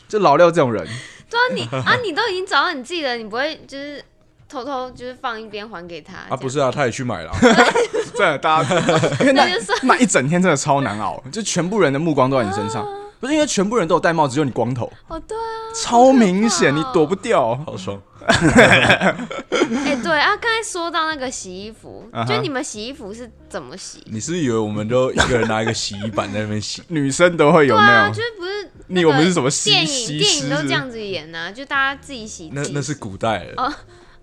Speaker 1: 就老六这种人。
Speaker 2: 对啊，你啊，你都已经找到你自己的，你不会就是偷偷就是放一边还给他
Speaker 3: 啊，不
Speaker 2: 是？
Speaker 3: 是啊，他也去买了啊，
Speaker 1: 真的，大家 因为那
Speaker 2: 那就是
Speaker 1: 那一整天真的超难熬，就全部人的目光都在你身上，
Speaker 2: 啊
Speaker 1: 不是因为全部人都有戴帽，只有你光头，
Speaker 2: 哦，对啊，
Speaker 1: 超明显，你
Speaker 2: 哦
Speaker 1: 躲不掉。
Speaker 3: 好爽。
Speaker 2: 哎、对啊，刚才说到那个洗衣服
Speaker 1: 啊哈？
Speaker 2: 就你们洗衣服是怎么洗？
Speaker 3: 你是不是以为我们都一个人拿一个洗衣板在那边洗
Speaker 1: 女生都会有
Speaker 2: 对啊，
Speaker 1: 那种，
Speaker 2: 就是不是
Speaker 1: 你
Speaker 2: 那
Speaker 1: 以为我们
Speaker 2: 个
Speaker 1: 是什么西
Speaker 2: 电
Speaker 1: 西
Speaker 2: 影电
Speaker 1: 施
Speaker 2: 影都
Speaker 1: 是不
Speaker 2: 这
Speaker 1: 是
Speaker 2: 样子演呐、就大家自己洗
Speaker 3: 那
Speaker 2: 自己
Speaker 3: 那是
Speaker 2: 洗
Speaker 3: 古代了，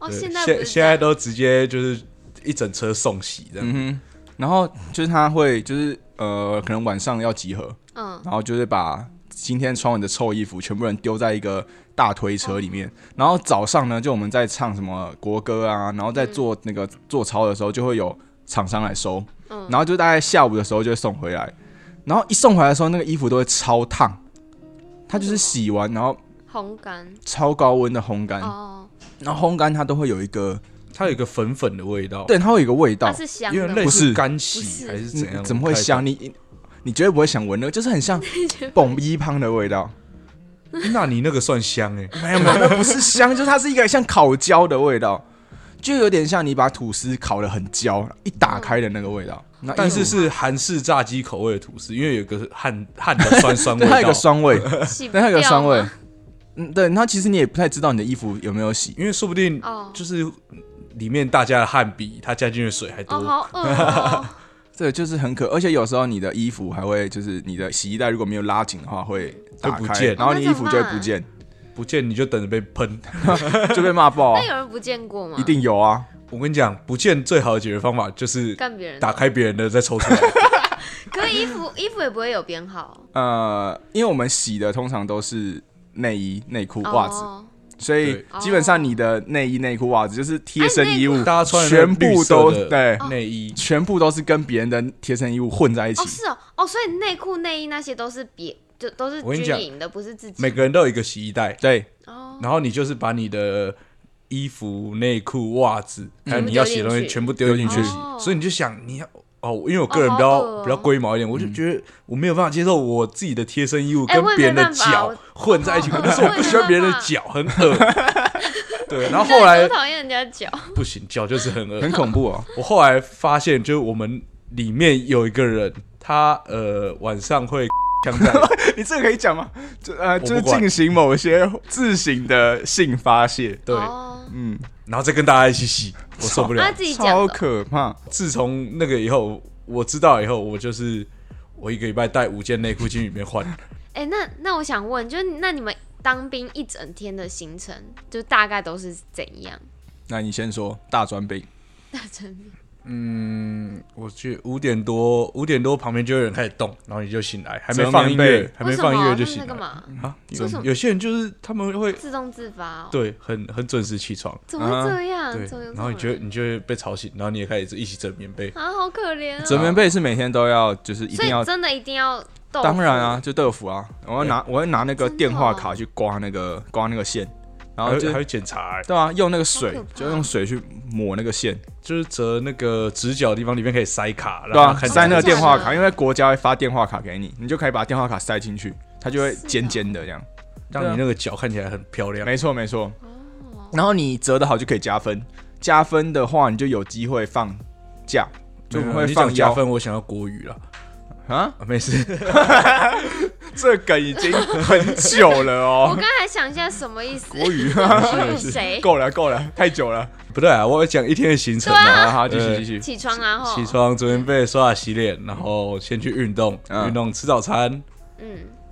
Speaker 2: 哦，
Speaker 3: 对
Speaker 2: 现在不
Speaker 3: 现
Speaker 2: 是
Speaker 3: 现
Speaker 2: 这
Speaker 3: 在
Speaker 2: 样
Speaker 3: 都直接就是一整车送洗这样。
Speaker 1: 嗯哼，然后就是他会就是呃，可能晚上要集合，
Speaker 2: 嗯，
Speaker 1: 然后就是把今天穿完的臭衣服全部人丢在一个大推车里面，然后早上呢，就我们在唱什么国歌啊，然后在做那个做操的时候，就会有厂商来收，
Speaker 2: 嗯
Speaker 1: 然后就大概下午的时候就会送回来，然后一送回来的时候，那个衣服都会超烫，它就是洗完然后
Speaker 2: 烘干
Speaker 1: 超高温的烘干，
Speaker 2: 哦，
Speaker 1: 然后烘干它都会有一个，
Speaker 3: 它有一个粉粉的味道，，
Speaker 1: 对，它会有一个味道
Speaker 2: 它，啊是香
Speaker 3: 因为
Speaker 2: 的
Speaker 3: 类
Speaker 2: 吗，
Speaker 1: 不
Speaker 3: 似
Speaker 1: 是
Speaker 3: 干
Speaker 2: 不
Speaker 3: 洗
Speaker 2: 是
Speaker 3: 还是
Speaker 1: 你
Speaker 3: 怎样？
Speaker 1: 怎么会香？你你绝对不会想闻那个，就是很 像蹦衣胖的味道。
Speaker 3: 我看到？那你那个算香哎，
Speaker 1: 没有没有，那不是香，就是它是一个像烤焦的味道，就有点像你把吐司烤得很焦，一打开的那个味道。那
Speaker 3: 但
Speaker 1: 意
Speaker 3: 是
Speaker 1: 思
Speaker 3: 是韩式炸鸡口味的吐司，因为有个汗汗的酸酸味
Speaker 1: 对 它有
Speaker 3: 道
Speaker 1: 个。酸 味，
Speaker 2: 洗不
Speaker 1: 对它有个
Speaker 2: 掉
Speaker 1: 酸味
Speaker 2: 吗。
Speaker 1: 嗯，对，那其实你也不太知道你的衣服有没有洗，
Speaker 3: 因为说不定
Speaker 2: 哦
Speaker 3: 就是里面大家的汗比他加进去的水还
Speaker 2: 哦，
Speaker 3: 多。
Speaker 2: 好饿 哦，
Speaker 1: 这个就是很可，而且有时候你的衣服还会就是你的洗衣袋如果没有拉紧的话会打
Speaker 3: 会不
Speaker 1: 开，
Speaker 3: 见
Speaker 1: 然后
Speaker 2: 哦
Speaker 1: 你
Speaker 2: 那
Speaker 1: 衣
Speaker 2: 怎
Speaker 1: 服
Speaker 2: 么
Speaker 1: 就会
Speaker 2: 办
Speaker 1: 不见，
Speaker 3: 不见你就等着被喷。
Speaker 1: 就被骂爆、啊
Speaker 2: 那，有人不见过吗？
Speaker 1: 一定有啊。
Speaker 3: 我跟你讲，不见最好的解决方法就是
Speaker 2: 干别人的
Speaker 3: 打开别人的再 抽出来。
Speaker 2: 可是衣服衣服也不会有编号，哦
Speaker 1: 呃，因为我们洗的通常都是内衣、内裤、袜子，
Speaker 2: 哦
Speaker 1: 所以
Speaker 3: 对
Speaker 1: 基本上你的内衣、内裤、袜子就是贴身衣物，
Speaker 3: 大家穿的
Speaker 1: 全
Speaker 3: 那个绿
Speaker 1: 部
Speaker 3: 色
Speaker 1: 都
Speaker 3: 的
Speaker 1: 对，
Speaker 3: 内衣，
Speaker 1: 全部都是跟别人的贴身衣物混在一起
Speaker 2: 哦，。是哦，哦，所以内裤、内衣那些都是别，就都是
Speaker 3: 我跟你
Speaker 2: 军
Speaker 3: 讲
Speaker 2: 营的，不是自己。
Speaker 3: 每个人都有一个洗衣袋，
Speaker 1: 对，
Speaker 2: 哦，
Speaker 3: 然后你就是把你的衣服、内裤、袜子，还有你要洗的东西全
Speaker 2: 嗯全
Speaker 3: 部丢进去
Speaker 2: 丢进去哦
Speaker 3: 所以你就想你要。哦，因为我个人
Speaker 2: 哦
Speaker 3: 比较、
Speaker 2: 好恶哦
Speaker 3: 比较龟毛一点，我就觉得我没有办法接受我自己的贴身衣物
Speaker 2: 哎
Speaker 3: 跟
Speaker 2: 我也
Speaker 3: 别人的
Speaker 2: 没办法
Speaker 3: 脚
Speaker 2: 我哦
Speaker 3: 混在一起，
Speaker 2: 好恶
Speaker 3: 可是我不喜欢别人的脚，很恶。对，然后
Speaker 2: 对
Speaker 3: 后来
Speaker 2: 多讨厌人家脚，
Speaker 3: 不行，脚就是很恶
Speaker 1: 很恐怖哦。
Speaker 3: 我后来发现，就是我们里面有一个人，他呃晚上会 枪战，
Speaker 1: 你这个可以讲吗？就呃，
Speaker 3: 不
Speaker 1: 就是
Speaker 3: 管
Speaker 1: 进行某些自省的性发泄，
Speaker 3: 对，
Speaker 2: 哦啊
Speaker 1: 嗯，
Speaker 3: 然后再跟大家一起洗，我受不
Speaker 2: 他
Speaker 3: 了。
Speaker 2: 自己讲
Speaker 1: 超
Speaker 2: 的，
Speaker 1: 可怕。
Speaker 3: 自从那个以后，我知道以后，我就是我一个礼拜带五件内裤进里面换，
Speaker 2: 哎，那那我想问，就是那你们当兵一整天的行程，就大概都是怎样？
Speaker 1: 那你先说大专兵，
Speaker 2: 大成兵
Speaker 3: 嗯我去五点多，五点多旁边就有人开始动，然后你就醒来，还没
Speaker 1: 折
Speaker 3: 放音
Speaker 1: 棉
Speaker 3: 乐
Speaker 1: 被，
Speaker 3: 还
Speaker 2: 为
Speaker 3: 没
Speaker 2: 什么
Speaker 3: 放音乐
Speaker 2: 啊？他
Speaker 3: 就
Speaker 2: 们
Speaker 3: 醒
Speaker 2: 在干
Speaker 3: 来
Speaker 2: 嘛？
Speaker 3: 啊！
Speaker 2: 为什么
Speaker 3: 有些人就是他们会
Speaker 2: 自动自发哦？
Speaker 3: 对很很准时起床，
Speaker 2: 怎么会这样？
Speaker 3: 对
Speaker 2: 怎嗯么有，这种人
Speaker 3: 然后你就你就会被吵醒，然后你也开始一起整棉被，
Speaker 2: 啊，好可怜啊！
Speaker 1: 折棉被是每天都要，就是一
Speaker 2: 所
Speaker 1: 定
Speaker 2: 以
Speaker 1: 要。
Speaker 2: 真的一定要豆
Speaker 1: 当然
Speaker 2: 腐
Speaker 1: 啊，，就豆腐啊，我要拿我会拿那个
Speaker 2: 真的哦
Speaker 1: 电话卡去刮那个刮那个线，然
Speaker 3: 然
Speaker 1: 后
Speaker 3: 后
Speaker 1: 就
Speaker 3: 还会检查、欸
Speaker 1: 对啊，用那个水
Speaker 2: 好可怕
Speaker 1: 就用水去抹那个线，
Speaker 3: 就是折那个直角的地方，里面可以塞卡，
Speaker 1: 对啊
Speaker 3: 然后，看起来
Speaker 1: 塞那个电话
Speaker 2: 真的假
Speaker 1: 卡，
Speaker 2: 的
Speaker 1: 因为国家会发电话卡给你，你就可以把电话卡塞进去，它就会
Speaker 2: 是哦
Speaker 1: 尖尖的这样。
Speaker 3: 让你那个脚看起来很漂亮。
Speaker 1: 没错没错。
Speaker 2: 哦
Speaker 1: 然后你折得好就可以加分，加分的话你就有机会放假，就
Speaker 3: 没有
Speaker 1: 会
Speaker 3: 你
Speaker 1: 放
Speaker 3: 讲加
Speaker 1: 腰
Speaker 3: 分，我想要国语了
Speaker 1: 啊。
Speaker 3: 啊，没事，
Speaker 1: 这梗已经很久了
Speaker 2: 我
Speaker 1: 哦，
Speaker 2: 刚才想一下什么意思？
Speaker 1: 国语
Speaker 2: 国语 谁？
Speaker 1: 够了够了，太久了。
Speaker 3: 不对啊，我要讲一天的行程
Speaker 1: 好
Speaker 3: 啊。
Speaker 1: 好好，继续
Speaker 3: 呃
Speaker 1: 继续。
Speaker 2: 起床啊然后
Speaker 3: 起，床、准备刷牙、洗脸，然后先去运动，
Speaker 1: 嗯
Speaker 3: 运动吃早餐，
Speaker 2: 嗯，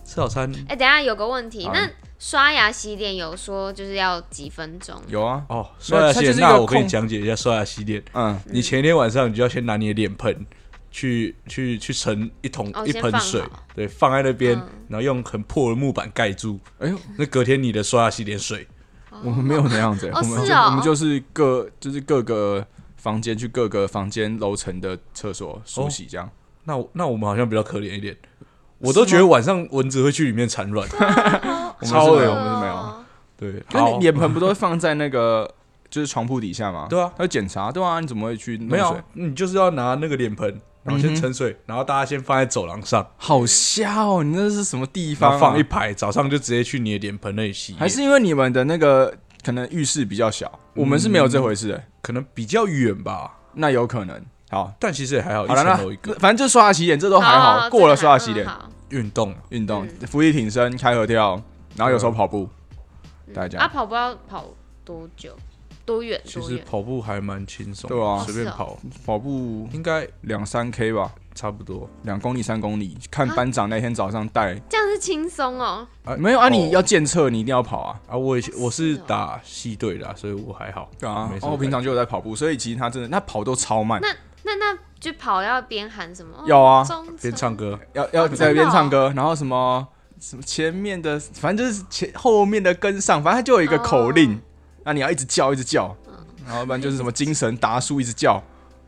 Speaker 3: 吃早餐。
Speaker 2: 哎、等一下有个问题
Speaker 1: 好，
Speaker 2: 那刷牙洗脸有说就是要几分钟？
Speaker 1: 有啊，
Speaker 3: 哦，刷牙
Speaker 1: 它就
Speaker 3: 洗脸，
Speaker 1: 是一个
Speaker 3: 那我跟你
Speaker 1: 空
Speaker 3: 讲解一下刷牙洗脸。
Speaker 1: 嗯，
Speaker 3: 你前一天晚上你就要先拿你的脸盆去去去盛一桶
Speaker 2: 哦
Speaker 3: 一
Speaker 2: 先
Speaker 3: 盆
Speaker 2: 放
Speaker 3: 水
Speaker 2: 好，
Speaker 3: 对，放在那边
Speaker 2: 嗯，
Speaker 3: 然后用很破的木板盖住。
Speaker 1: 哎呦，
Speaker 3: 那隔天你的刷牙洗脸水
Speaker 1: 我们没有那样子，
Speaker 2: 哦
Speaker 1: 我们
Speaker 2: 是
Speaker 1: 就
Speaker 2: 哦
Speaker 1: 我们就是各就是各个房间去各个房间楼层的厕所梳洗这样。
Speaker 3: 那我那我们好像比较可怜一点，我都觉得晚上蚊子会去里面产 卵，
Speaker 1: 我们是
Speaker 3: 超
Speaker 1: 没
Speaker 3: 恶
Speaker 1: 有，
Speaker 3: 对
Speaker 1: 我们是没有。
Speaker 2: 哦
Speaker 3: 对，
Speaker 1: 可是
Speaker 3: 好
Speaker 1: 你脸盆不都会放在那个 就是床铺底下吗？
Speaker 3: 对啊
Speaker 1: 他会检查，对啊，你怎么会去弄
Speaker 3: 没有
Speaker 1: 水嗯
Speaker 3: 啊，你就是要拿那个脸盆，然后先盛水，然后大家先放在走廊上，
Speaker 1: 好瞎哦！你那是什么地
Speaker 3: 然
Speaker 1: 方、
Speaker 3: 后
Speaker 1: 啊？
Speaker 3: 放一排，早上就直接去你的脸盆那里洗脸，
Speaker 1: 还是因为你们的那个可能浴室比较小，
Speaker 3: 嗯
Speaker 1: 我们是没有这回事的、
Speaker 3: 可能比较远吧，
Speaker 1: 那有可能。好，
Speaker 3: 但其实也还好，一
Speaker 1: 好了，
Speaker 3: 层楼一
Speaker 1: 那
Speaker 3: 个
Speaker 1: 反正就刷牙洗脸，这都哦还
Speaker 2: 好
Speaker 1: 好，过了刷牙洗
Speaker 2: 点
Speaker 1: 脸，，
Speaker 2: 哦嗯好嗯
Speaker 3: 运动，
Speaker 1: 运动、伏地挺身、开合跳，然后有时
Speaker 3: 嗯
Speaker 1: 候跑步，大家、
Speaker 2: 啊，跑步要跑多久？多远？
Speaker 3: 其
Speaker 2: 多
Speaker 3: 实
Speaker 2: 远？
Speaker 3: 跑步还蛮轻松的，
Speaker 1: 对啊
Speaker 3: 随便
Speaker 2: 哦是哦
Speaker 3: 跑
Speaker 1: 跑步
Speaker 3: 应该
Speaker 1: 两三 K 吧，
Speaker 3: 差不多
Speaker 1: 两公里、三公里，看
Speaker 2: 啊
Speaker 1: 班长那天早上带。
Speaker 2: 这样是轻松哦。
Speaker 3: 啊
Speaker 1: 没有啊，
Speaker 3: 哦
Speaker 1: 你要健测，你一定要跑啊。
Speaker 3: 啊，我以前我是
Speaker 2: 是哦
Speaker 3: 打系队的啊，所以我还好，
Speaker 1: 对啊
Speaker 3: 没，
Speaker 1: 哦，
Speaker 3: 什么
Speaker 1: 我平常就有在跑步，所以其实他真的，他跑都超慢，
Speaker 2: 那那就跑要边喊什么？哦
Speaker 1: 要啊
Speaker 2: 中
Speaker 3: 边唱歌，
Speaker 1: 要要
Speaker 2: 哦真的
Speaker 1: 在
Speaker 2: 哦
Speaker 1: 边唱歌，然后什么什么前面的，反正就是前后面的跟上，反正他就有一个口令，
Speaker 2: 哦
Speaker 1: 那你要一直叫，一直叫，
Speaker 2: 嗯
Speaker 1: 然后不然就是什么精神达叔一直叫，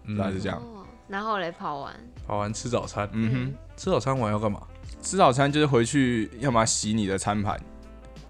Speaker 3: 嗯
Speaker 1: 大概是这样。哦
Speaker 2: 哦，然后嘞跑完，
Speaker 3: 跑完吃早餐，
Speaker 1: 嗯哼，
Speaker 3: 吃早餐完要干嘛？
Speaker 1: 吃早餐就是回去，要么洗你的餐盘，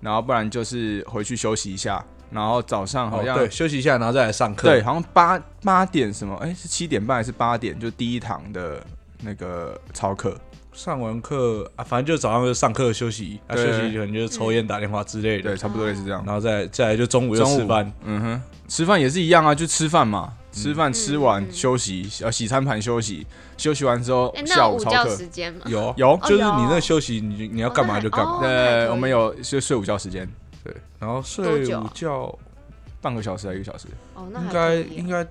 Speaker 1: 然后不然就是回去休息一下，然后早上
Speaker 3: 哦
Speaker 1: 好，像
Speaker 3: 对，休息一下，然后再来上课，
Speaker 1: 对，，好像八八点什么，哎、是七点半还是八点？就第一堂的那个操课。
Speaker 3: 上完课啊，反正就早上就上课休息，啊，休
Speaker 1: 对
Speaker 3: 息可能就是抽烟、打电话之类
Speaker 1: 对，
Speaker 3: 的，
Speaker 1: 差不多类似这样
Speaker 3: 然。后再再来就中午就
Speaker 1: 中午
Speaker 3: 吃饭，
Speaker 1: 嗯哼，吃饭也是一样啊，就吃饭嘛，吃饭吃
Speaker 2: 嗯
Speaker 1: 完、休息，呃，洗餐盘休息，休息完之后、
Speaker 2: 哎，那
Speaker 1: 下
Speaker 2: 有
Speaker 1: 午
Speaker 2: 午
Speaker 1: 操
Speaker 2: 觉
Speaker 1: 课
Speaker 2: 时间吗？
Speaker 3: 有
Speaker 1: 有
Speaker 3: 就是
Speaker 2: 有
Speaker 3: 你那休息，你你要干嘛就干嘛，
Speaker 2: 哦那还可
Speaker 1: 对，
Speaker 2: 以
Speaker 1: 我们有就睡午觉时间，
Speaker 3: 对，然后
Speaker 2: 多
Speaker 3: 睡
Speaker 2: 久
Speaker 3: 午
Speaker 1: 哦
Speaker 3: 觉
Speaker 1: 半个小时还一个小时。
Speaker 2: 哦，那
Speaker 3: 应
Speaker 2: 还
Speaker 3: 该
Speaker 2: 可以
Speaker 3: 应该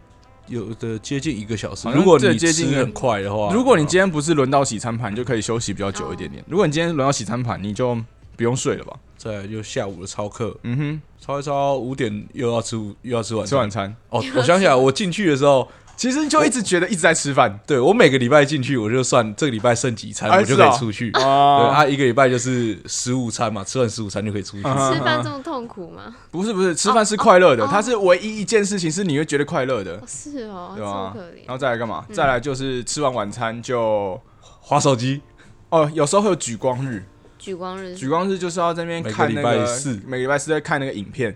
Speaker 3: 有的接近一个小时，
Speaker 1: 好像
Speaker 3: 如果
Speaker 1: 这
Speaker 3: 你
Speaker 1: 哦接近
Speaker 3: 吃很快的话，哦
Speaker 1: 如果你今天不是轮到洗餐盘，你就可以休息比较久一点
Speaker 2: 哦
Speaker 1: 点。如果你今天轮到洗餐盘，你就不用睡了吧？
Speaker 3: 再来就下午的操课，
Speaker 1: 嗯
Speaker 3: 操一操，五点又要吃午又要吃晚
Speaker 1: 哼，吃
Speaker 3: 餐
Speaker 1: 晚餐，
Speaker 3: 哦，我想起来，我进去的时候，
Speaker 1: 其实就一直觉得一直在吃饭
Speaker 3: 对我每个礼拜进去，我就算这个礼拜剩几餐，
Speaker 1: 哎
Speaker 3: 我就可
Speaker 1: 是
Speaker 3: 以
Speaker 1: 哦
Speaker 3: 出去。对
Speaker 1: 啊。
Speaker 3: 啊，一个礼拜就是十五餐嘛，吃完十五餐就可以出去。
Speaker 1: 嗯
Speaker 2: 吃饭这么痛苦吗？
Speaker 1: 不是不是，吃饭是快乐的，
Speaker 2: 哦
Speaker 1: 它是唯一一件事情是你会觉得快乐的
Speaker 2: 哦，是 哦，
Speaker 1: 对
Speaker 2: 超
Speaker 1: 吧
Speaker 2: 可？怜
Speaker 1: 啊然。后再来干嘛？再来就是吃完晚餐就
Speaker 3: 划手机，
Speaker 1: 哦，有时候会有举光日，
Speaker 2: 举光日，
Speaker 1: 举光日就是要在那边看那
Speaker 3: 每个
Speaker 1: 个
Speaker 3: 礼拜四
Speaker 1: 每个礼拜四在看那个影片，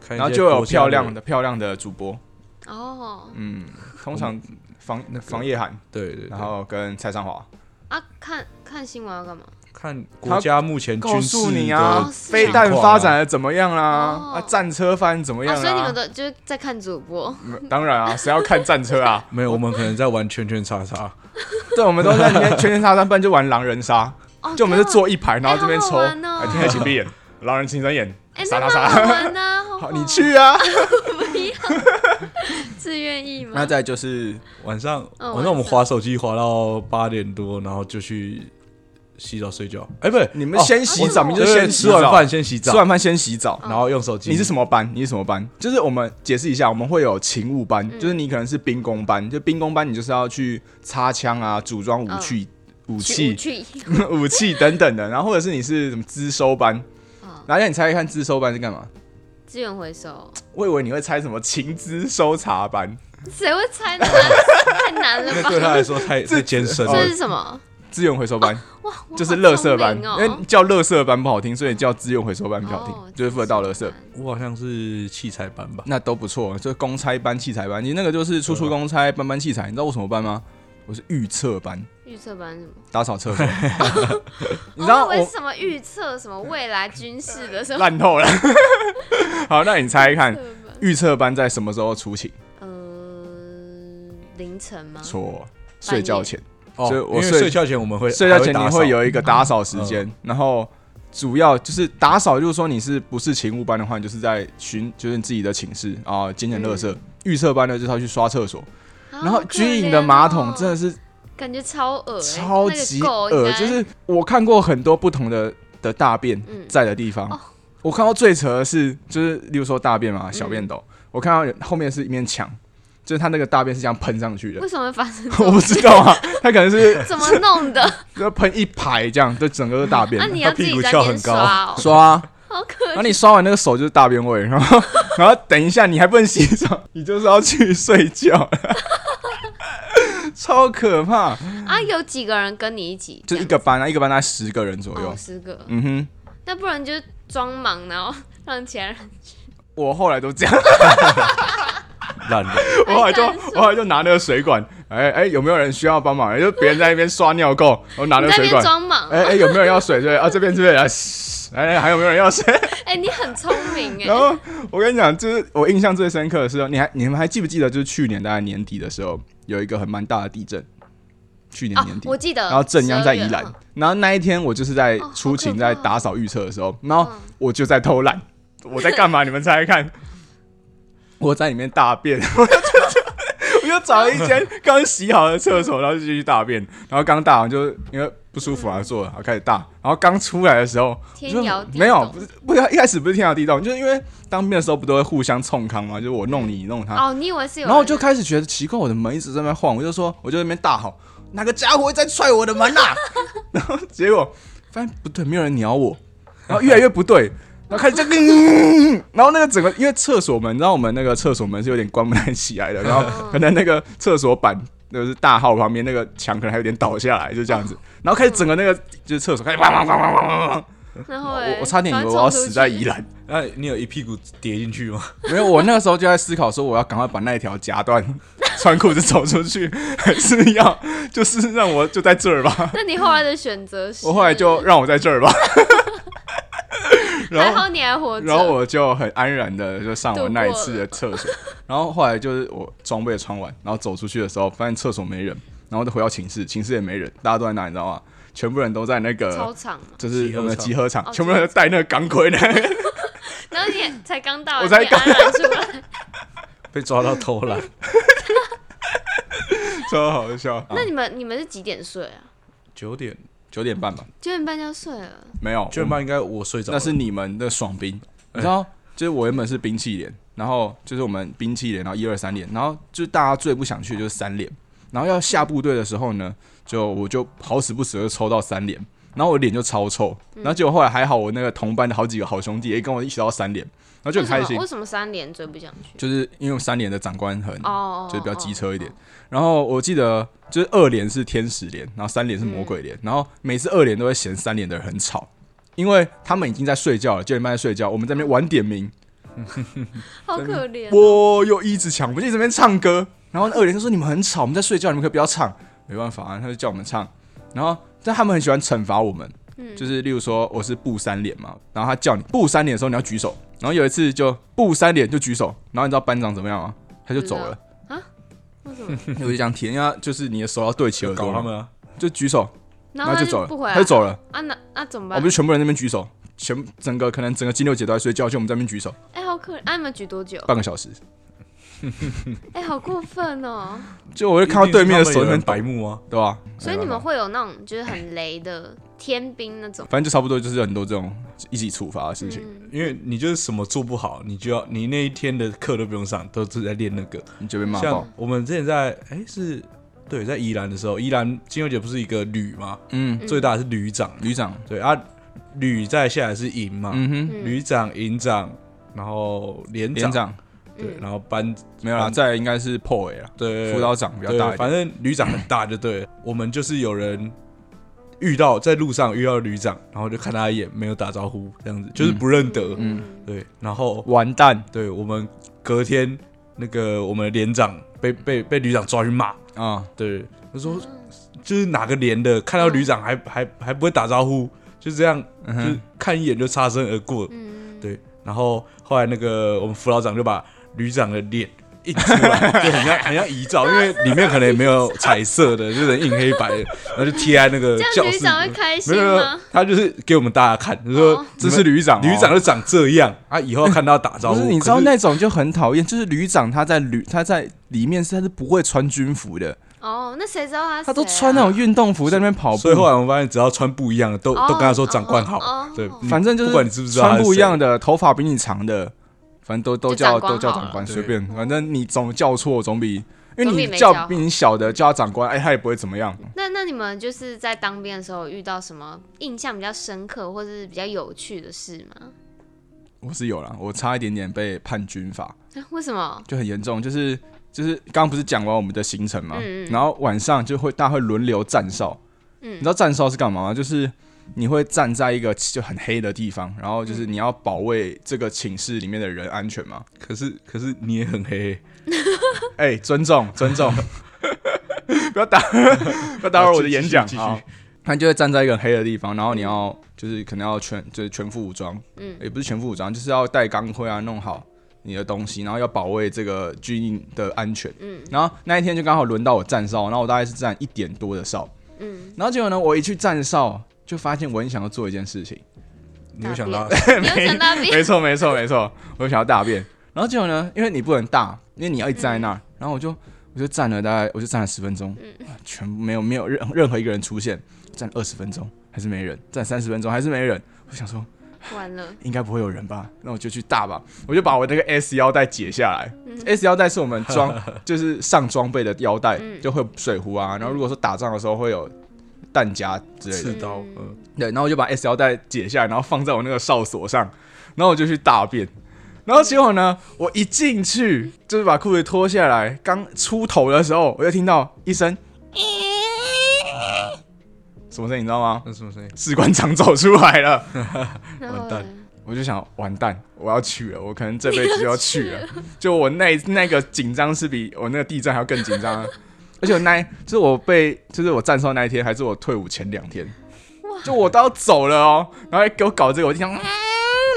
Speaker 3: 看一
Speaker 1: 然后
Speaker 3: 些
Speaker 1: 就有
Speaker 3: 国家
Speaker 1: 漂亮的。漂亮的主播，
Speaker 2: 哦
Speaker 1: 嗯，通常房房夜涵，
Speaker 3: 对对，
Speaker 1: 然
Speaker 3: 然后
Speaker 1: 后跟蔡尚华，
Speaker 2: 啊，看看新闻要干嘛？
Speaker 3: 看国家目前
Speaker 1: 告
Speaker 3: 军
Speaker 1: 诉
Speaker 3: 事
Speaker 1: 你
Speaker 3: 的
Speaker 1: 啊
Speaker 2: 哦，是啊
Speaker 1: 飞弹发展的怎么样啦、
Speaker 2: 哦
Speaker 1: 啊？战车发展怎么
Speaker 2: 啊，
Speaker 1: 样
Speaker 2: 所以你
Speaker 1: 啦、
Speaker 2: 们都就是在看主播，
Speaker 1: 嗯当然啊，谁要看战车啊？
Speaker 3: 没有，我们可能在玩圈圈叉叉。
Speaker 1: 对，我们都在那边圈圈叉叉，不然就玩狼人杀，
Speaker 2: 哦
Speaker 1: 就我们是
Speaker 2: 这样
Speaker 1: 坐一排，然后这边抽，
Speaker 2: 好好
Speaker 1: 哎
Speaker 2: 玩哦，
Speaker 1: 天黑请闭眼，狼人请睁眼
Speaker 2: 哎，，
Speaker 1: 杀
Speaker 2: 那
Speaker 1: 杀
Speaker 2: 蛮好
Speaker 1: 杀，
Speaker 2: 玩呢，
Speaker 1: 好，
Speaker 2: 好好
Speaker 1: 你去啊。
Speaker 2: 自愿意
Speaker 1: 那
Speaker 2: 吗？
Speaker 1: 再就是
Speaker 3: 晚上，
Speaker 2: 嗯
Speaker 3: 晚上我
Speaker 2: 晚
Speaker 3: 们
Speaker 2: 上
Speaker 3: 划手机划到八点多，然后就去洗澡睡觉。哎，不对，
Speaker 1: 你们
Speaker 3: 哦
Speaker 1: 先洗澡，
Speaker 2: 我
Speaker 1: 你
Speaker 3: 对
Speaker 1: 们就先洗
Speaker 3: 吃完
Speaker 1: 澡
Speaker 3: 饭，先洗
Speaker 1: 哦吃
Speaker 3: 澡，
Speaker 1: 完饭先洗澡，
Speaker 2: 哦
Speaker 3: 然后用手机。
Speaker 1: 你是什么班？你是什么班？就是我们解释一下，我们会有勤务班，
Speaker 2: 嗯
Speaker 1: 就是你可能是兵工班，就兵工班你就是要去擦枪啊，组装武器、武器、
Speaker 2: 哦去
Speaker 1: 武器等等的，然后或者是你是什么资收班
Speaker 2: 嗯，
Speaker 1: 然后让你猜一看资收班是干嘛？
Speaker 2: 资源回收，
Speaker 1: 我以为你会猜什么情资搜查班，
Speaker 2: 谁会猜呢？ 太难了
Speaker 3: 对他
Speaker 2: 吧？
Speaker 3: 来说 太太艰深了。
Speaker 2: 这是什么？
Speaker 1: 资源回收班、
Speaker 2: 哇，我
Speaker 1: 就是
Speaker 2: 好
Speaker 1: 垃圾班，
Speaker 2: 聪明哦
Speaker 1: 因为叫垃圾班不好听，所以叫资源回收班比较好听，
Speaker 2: 哦
Speaker 1: 就是负责倒垃圾。
Speaker 3: 我好像是器材班吧？
Speaker 1: 那都不错，就公差班、器材班，你那个就是出出公差、搬搬器材，你知道我什么班吗？我是预测班，
Speaker 2: 预测班是什么？
Speaker 1: 打扫 厕所。你知道
Speaker 2: 哦我以为
Speaker 1: 我
Speaker 2: 是什么预测什么未来军事的什么？
Speaker 1: 烂 透了。好，那你猜一看，
Speaker 2: 测班
Speaker 1: 预测班在什么时候出勤？
Speaker 2: 呃，凌晨吗？
Speaker 1: 错，睡觉前。
Speaker 3: 哦，
Speaker 1: 所以
Speaker 3: 因
Speaker 1: 我
Speaker 3: 为
Speaker 1: 睡
Speaker 3: 睡觉前我们会嗯
Speaker 1: 睡觉前
Speaker 3: 还
Speaker 1: 你
Speaker 3: 会
Speaker 1: 会有一个打扫时间，然后主要就是打扫，就是说你是不是勤务班的话，你就是在巡，就是你自己的寝室啊，捡捡垃圾。预测班呢，就是要去刷厕所，
Speaker 2: 啊
Speaker 1: 然后
Speaker 2: 嗯好可
Speaker 1: 军营的马桶
Speaker 2: 怜哦
Speaker 1: 真的是
Speaker 2: 感觉超恶欸，
Speaker 1: 超
Speaker 2: 那个
Speaker 1: 级
Speaker 2: 狗应
Speaker 1: 恶，
Speaker 2: 该
Speaker 1: 就是我看过很多不同的的大便
Speaker 2: 嗯
Speaker 1: 在的地方，
Speaker 2: 哦
Speaker 1: 我看到最扯的是，就是例如说大便嘛，小便
Speaker 2: 嗯
Speaker 1: 斗，我看到有后面是一面墙，就是他那个大便是这样喷上去的
Speaker 2: 为，什么会发生这
Speaker 1: 我
Speaker 2: 种？
Speaker 1: 不知道啊，他可能是
Speaker 2: 怎么弄的？
Speaker 1: 要喷一排这样，就整个都大便
Speaker 2: 那、，你要
Speaker 3: 他
Speaker 2: 自
Speaker 3: 屁
Speaker 2: 己
Speaker 3: 股
Speaker 2: 在
Speaker 3: 翘
Speaker 2: 那边
Speaker 3: 很高
Speaker 2: 刷哦，
Speaker 1: 刷啊、
Speaker 2: 好可
Speaker 1: 然后你刷完那个手就是大便味，然后 然后等一下你还不能洗澡，你就是要去睡觉， 超可怕，
Speaker 2: 啊！有几个人跟你一起？
Speaker 1: 就一个班啊，一个班大概十个人左右
Speaker 2: 哦，，十个，
Speaker 1: 嗯哼。
Speaker 2: 那不然就装忙，然后让其他人
Speaker 1: 我后来都这样，
Speaker 3: 烂的，
Speaker 1: 我后来就
Speaker 2: 难受
Speaker 1: 我后来就拿那个水管，哎哎，有没有人需要帮忙？哎就别人在那边刷尿垢，我拿
Speaker 2: 你
Speaker 1: 着
Speaker 2: 在
Speaker 1: 水
Speaker 2: 那边
Speaker 1: 管，
Speaker 2: 装莽，
Speaker 1: 哎哎，有没有人要水？对啊，这边这边啊， 嘶哎哎，还有没有人要水？
Speaker 2: 哎、你很聪 明
Speaker 1: 然
Speaker 2: 哎，
Speaker 1: 后我跟你讲，就是我印象最深刻的是，你还你们还记不记得，就是去年大概年底的时候，有一个很蛮大的地震，去年
Speaker 2: 啊
Speaker 1: 年，底，
Speaker 2: 我记得，
Speaker 1: 然后震央在宜兰
Speaker 2: 12月，啊
Speaker 1: 然后那一天我就是在
Speaker 2: 哦
Speaker 1: 出勤
Speaker 2: 好可怕嗯
Speaker 1: 在
Speaker 2: 哦
Speaker 1: 打扫预测的时候，然后
Speaker 2: 嗯
Speaker 1: 我就在偷懒，我在干嘛？你们猜猜 看，我在里面大便， 我就我就找了一间刚洗好的厕所，然后就去大便，然后刚大完就因为不舒服啊，坐了，然后开始大，然后刚出来的时候，
Speaker 2: 天摇地动
Speaker 1: 没有，不是不是一开始不是天摇地动，就是因为当兵的时候不都会互相冲康吗？就是我弄你，你弄他，
Speaker 2: 哦，你以为是有人，
Speaker 1: 然后我就开始觉得奇怪，我的门一直在那边晃，我就说，我就在那边大吼，哪个家伙在踹我的门啊？ 然后结果发现不对，没有人鸟我，然后越来越不对，然后开始这个，嗯然后那个整个因为厕所门，你知道我们那个厕所门是有点关不太起来的，然后可能那个厕所板。就是大号旁边那个墙可能还有点倒下来，就这样子，然后开始整个那个就是厕所开始汪汪汪汪汪汪汪，
Speaker 2: 然后
Speaker 1: 我
Speaker 2: 哎
Speaker 1: 我差点以为我要死在宜，兰，
Speaker 3: 那哎你有一屁股跌进去吗？
Speaker 1: 没有，我那个时候就在思考说，我要赶快把那一条夹断， 穿裤子走出去，还是要就是让我就在这儿吧？
Speaker 2: 赶 快冲出去那你后来的选择是，
Speaker 1: 我后来就让我在这儿 吧。
Speaker 2: 还
Speaker 1: 然后，
Speaker 2: 好你还活着，
Speaker 1: 然后我就很安然的就上我那一次的厕所，然后后来就是我装备穿完，然后走出去的时候，发现厕所没人，然后就回到寝室，寝室也没人，大家都在哪你知道吗？全部人都在那
Speaker 2: 超
Speaker 1: 个。
Speaker 2: 长嘛，
Speaker 1: 就是我们的集
Speaker 3: 集
Speaker 1: 合场
Speaker 2: 哦，
Speaker 1: 全部人都戴那个钢盔呢，
Speaker 2: 然后你也才刚到，
Speaker 1: 我才
Speaker 2: 你也安然出 来，
Speaker 3: 被抓到偷懒，
Speaker 1: 超好笑。啊
Speaker 2: 那你们你们是几点睡啊？
Speaker 3: 九点
Speaker 1: 九点半吧，
Speaker 2: 九点半就要睡了，
Speaker 1: 没有，
Speaker 3: 九点半应该我睡着
Speaker 1: 那
Speaker 3: 了，
Speaker 1: 是你们的爽兵，你知道，就是我原本是兵器连，然后就是我们兵器连，然后一二三连，然后就是大家最不想去的就是三连，然后要下部队的时候呢，就我就好死不死就抽到三连，然后我脸就超臭，
Speaker 2: 嗯
Speaker 1: 然后结果后来还好，我那个同班的好几个好兄弟也跟我一起到三连，然后就很开
Speaker 2: 为什
Speaker 1: 心
Speaker 2: 么，为什么三连最不想去？
Speaker 1: 就是因为三连的长官很
Speaker 2: 哦，
Speaker 1: 就是比较机车一点
Speaker 2: 哦。
Speaker 1: 然后我记得就是二连是天使连，然后三连是魔鬼连，
Speaker 2: 嗯
Speaker 1: 然后每次二连都会嫌三连的人很吵，因为他们已经在睡觉了，九点半在睡觉，我们在那边晚点名，
Speaker 2: 好可怜。
Speaker 1: 我又一直抢，我们就一直在那边唱歌，然后二连就说你们很吵，我们在睡觉，你们可以不要唱，没办法啊，他就叫我们唱，然后但他们很喜欢惩罚我们，
Speaker 2: 嗯
Speaker 1: 就是例如说我是布三连嘛，然后他叫你布三连的时候你要举手，然后有一次就布三连就举手，然后你知道班长怎么样吗？他就走了。
Speaker 2: 为什么？
Speaker 1: 我就讲体验一下，就是你的手要对齐耳朵
Speaker 3: 搞
Speaker 1: 嘛，
Speaker 3: 他们啊！
Speaker 1: 就举手，
Speaker 2: 然
Speaker 1: 后
Speaker 2: 后
Speaker 1: 就
Speaker 2: 他
Speaker 1: 走
Speaker 2: 不
Speaker 1: 了，
Speaker 2: 回来，
Speaker 1: 他就走了。
Speaker 2: 啊？那那怎么
Speaker 1: 我
Speaker 2: 办
Speaker 1: 们就？全部人在那边举手，全整个可能整个金六姐都在睡觉，就我们在那边举手
Speaker 2: 哎，好可怜！啊，你们举多久？
Speaker 1: 半个小时。
Speaker 2: 哎，好过分哦！
Speaker 1: 就我就看到对面的手在那
Speaker 3: 很
Speaker 1: 边
Speaker 3: 白
Speaker 1: 摆，
Speaker 3: 目啊，
Speaker 1: 对吧？
Speaker 2: 所以你
Speaker 1: 没
Speaker 2: 们
Speaker 1: 办法
Speaker 2: 会有那种就是很雷的天兵 那种，
Speaker 1: 反正就差不多就是很多这种一起处罚的事情，
Speaker 3: 因为你就是什么做不好，你就要你那一天的课都不用上，都是在练那个。
Speaker 1: 你就被骂爆
Speaker 3: 像。
Speaker 2: 嗯
Speaker 3: 我们之前在哎、是，对，在宜兰的时候，宜兰金牛姐不是一个旅吗？
Speaker 1: 嗯，
Speaker 3: 最大的是旅长，
Speaker 1: 旅长，
Speaker 3: 对啊，旅再下来是营嘛，
Speaker 1: 嗯哼，
Speaker 2: 嗯
Speaker 3: 旅长、营长，然后连
Speaker 1: 连长
Speaker 3: 对，然后班
Speaker 1: 没有啦，
Speaker 3: 嗯
Speaker 1: 再来应该是破尾了，
Speaker 3: 对
Speaker 1: 辅导长比较
Speaker 3: 对
Speaker 1: 大一点。
Speaker 3: 反正旅长很大就对 了。我们就是有人遇到在路上遇到旅长，然后就看他一眼，没有打招呼，这样子就是不认得，
Speaker 2: 嗯，
Speaker 3: 对，然后
Speaker 1: 完蛋
Speaker 3: 对我们隔天那个我们连长被被被旅长抓去骂，
Speaker 1: 啊！
Speaker 3: 对，他说
Speaker 2: 嗯
Speaker 3: 就是哪个连的看到旅长还、还还不会打招呼，就这样，
Speaker 1: 嗯
Speaker 3: 就是看一眼就擦身而过，
Speaker 2: 嗯
Speaker 3: 对。然后后来那个我们辅导长就把旅长的脸印 出来，就很像很像遗照，因为里面可能也没有彩色的，就是印黑白的，然后就贴在那个
Speaker 2: 这
Speaker 3: 教
Speaker 2: 样旅
Speaker 3: 室里
Speaker 2: 长会
Speaker 3: 面。
Speaker 2: 开心
Speaker 3: 没有没有，
Speaker 2: 吗？
Speaker 3: 他就是给我们大家看，就说
Speaker 2: 哦
Speaker 1: 这是旅长哦
Speaker 3: 旅长就长这样啊，以后看到打招
Speaker 1: 不
Speaker 3: 呼。
Speaker 1: 是，你知
Speaker 3: 可
Speaker 1: 道那种就很讨厌，就是旅长他在旅他在里面是他是不会穿军服的，
Speaker 2: 哦，那谁知啊道他？
Speaker 1: 他都穿那种。运动服在那边跑步，
Speaker 3: 所以后来我们发现，只要穿不一样的，都
Speaker 2: 哦
Speaker 3: 都跟他说长官好。
Speaker 2: 哦哦
Speaker 3: 对，你
Speaker 1: 反正就是
Speaker 3: 嗯不管你知不知道他
Speaker 1: 穿
Speaker 3: 是
Speaker 1: 不一
Speaker 3: 谁
Speaker 1: 样的，头发比你长的，反正都都
Speaker 2: 就
Speaker 1: 叫
Speaker 2: 长官
Speaker 1: 都叫
Speaker 2: 好
Speaker 1: 长官，
Speaker 3: 了
Speaker 1: 随
Speaker 3: 对
Speaker 1: 便，反正你总叫错总比，因为
Speaker 2: 总
Speaker 1: 你
Speaker 2: 比没叫
Speaker 1: 叫
Speaker 2: 好
Speaker 1: 比你小的叫他长官，哎，他也不会怎么样。
Speaker 2: 那那你们就是在当兵的时候有遇到什么印象比较深刻或者是比较有趣的事吗？
Speaker 1: 我是有啦，我差一点点被判军法，
Speaker 2: 啊为什么？
Speaker 1: 就很严重，就是就是刚刚不是讲完我们的行程嘛，
Speaker 2: 嗯嗯
Speaker 1: 然后晚上就会大家会轮流站哨，你知道站哨是干嘛吗？就是你会站在一个就很黑的地方，然后就是
Speaker 2: 嗯
Speaker 1: 你要保卫这个寝室里面的人安全嘛。
Speaker 3: 可是可是你也很黑，
Speaker 1: 哎、尊重尊重。不要 打，不要打扰我的
Speaker 3: 继续
Speaker 1: 演讲
Speaker 3: 啊继续
Speaker 1: 好，他就会站在一个很黑的地方，然后你要就是可能要全就是全副武装，
Speaker 2: 嗯
Speaker 1: 也不是全副武装，就是要带钢盔啊，弄好你的东西，然后要保卫这个军营的安全。
Speaker 2: 嗯
Speaker 1: 然后那一天就刚好轮到我站哨，然后我大概是站一点多的哨，
Speaker 2: 嗯，
Speaker 1: 然后结果呢，我一去站哨就发现我很想要做一件事情，
Speaker 3: 你又想
Speaker 2: 大
Speaker 3: 拉
Speaker 2: 便？你有想到别
Speaker 1: 没错没错没错，我就想要大便，然后结果呢，因为你不能大，因为你要一直站在那儿，然后我就我就站了大概我就站了十分钟，全部没有没有任任何一个人出现，站二十分钟还是没人，站三十分钟还是没人，我想说
Speaker 2: 完 了，
Speaker 1: 应该不会有人吧？那我就去大吧，我就把我那个 S 腰带解下来。S 腰带是我们装，就是上装备的腰带，
Speaker 2: 嗯
Speaker 1: 就会有水壶啊。然后如果说打仗的时候会有弹夹之类的，
Speaker 3: 刺刀，嗯，
Speaker 1: 对。然后我就把 S 腰带解下来，然后放在我那个哨所上，然后我就去大便。然后结果呢，我一进去就是把裤子脱下来，刚出头的时候，我就听到一声，什么声音你知道吗？
Speaker 3: 那什么声音？
Speaker 1: 士官长走出来了。
Speaker 2: 然后
Speaker 3: 完蛋
Speaker 2: 呢
Speaker 1: 我就想，完蛋，我要去了，我可能这辈子就要去了。就我那那个紧张是比我那个地震还要更紧 张啊，而且我那一就是我被就是我站哨那一天，还是我退伍前两天，就我都要走了哦，然后还给我搞这个，我就想，嗯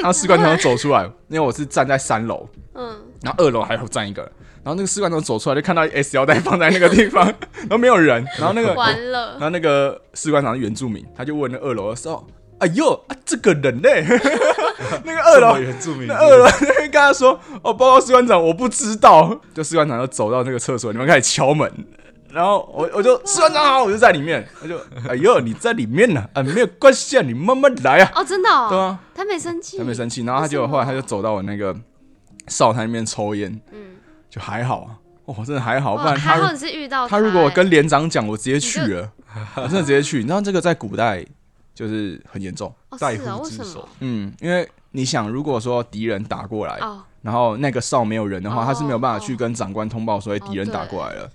Speaker 1: 然后士官长就走出来，因为我是站在三楼，
Speaker 2: 嗯，
Speaker 1: 然后二楼还有站一个人，然后那个士官长走出来就看到 S 腰带放在那个地方，然后没有人，然后那个
Speaker 2: 完了
Speaker 1: 然，后那个士官长是原住民，他就问那二楼的时候，哎呦，啊、这个人嘞， 那个二
Speaker 3: 这
Speaker 1: 楼
Speaker 3: 么原住民，
Speaker 1: 那二楼 那边跟他说：“哦，报告士官长，我不知道。”就士官长就走到那个厕所里面开始敲门，然后我我就士官长好，我就在里面，他就哎呦你在里面呢、啊，没有关系啊，你慢慢来啊，
Speaker 2: 哦，真的哦，嗯
Speaker 1: 对啊，
Speaker 2: 他没生气，
Speaker 1: 他没生气，然后他就
Speaker 2: 为什么
Speaker 1: 后来他就走到我那个哨台里面抽烟，
Speaker 2: 嗯
Speaker 1: 就还好啊，哦真的还好，不
Speaker 2: 哇，
Speaker 1: 然他
Speaker 2: 还
Speaker 1: 如
Speaker 2: 好你是遇到
Speaker 1: 他如果我
Speaker 2: 欸
Speaker 1: 跟连长讲，我直接去
Speaker 2: 你就
Speaker 1: 了， 我真的直接去，你知道这个在古代就是很严重，
Speaker 2: 哦
Speaker 3: 在
Speaker 2: 是啊
Speaker 3: 乎
Speaker 2: 为
Speaker 3: 之
Speaker 2: 什
Speaker 3: 手
Speaker 2: 么？
Speaker 1: 嗯，因为你想如果说敌人打过来。
Speaker 2: 哦，
Speaker 1: 然后那个哨没有人的话，
Speaker 2: 哦
Speaker 1: 他是没有办法去跟长官通报说哎敌人打过来了。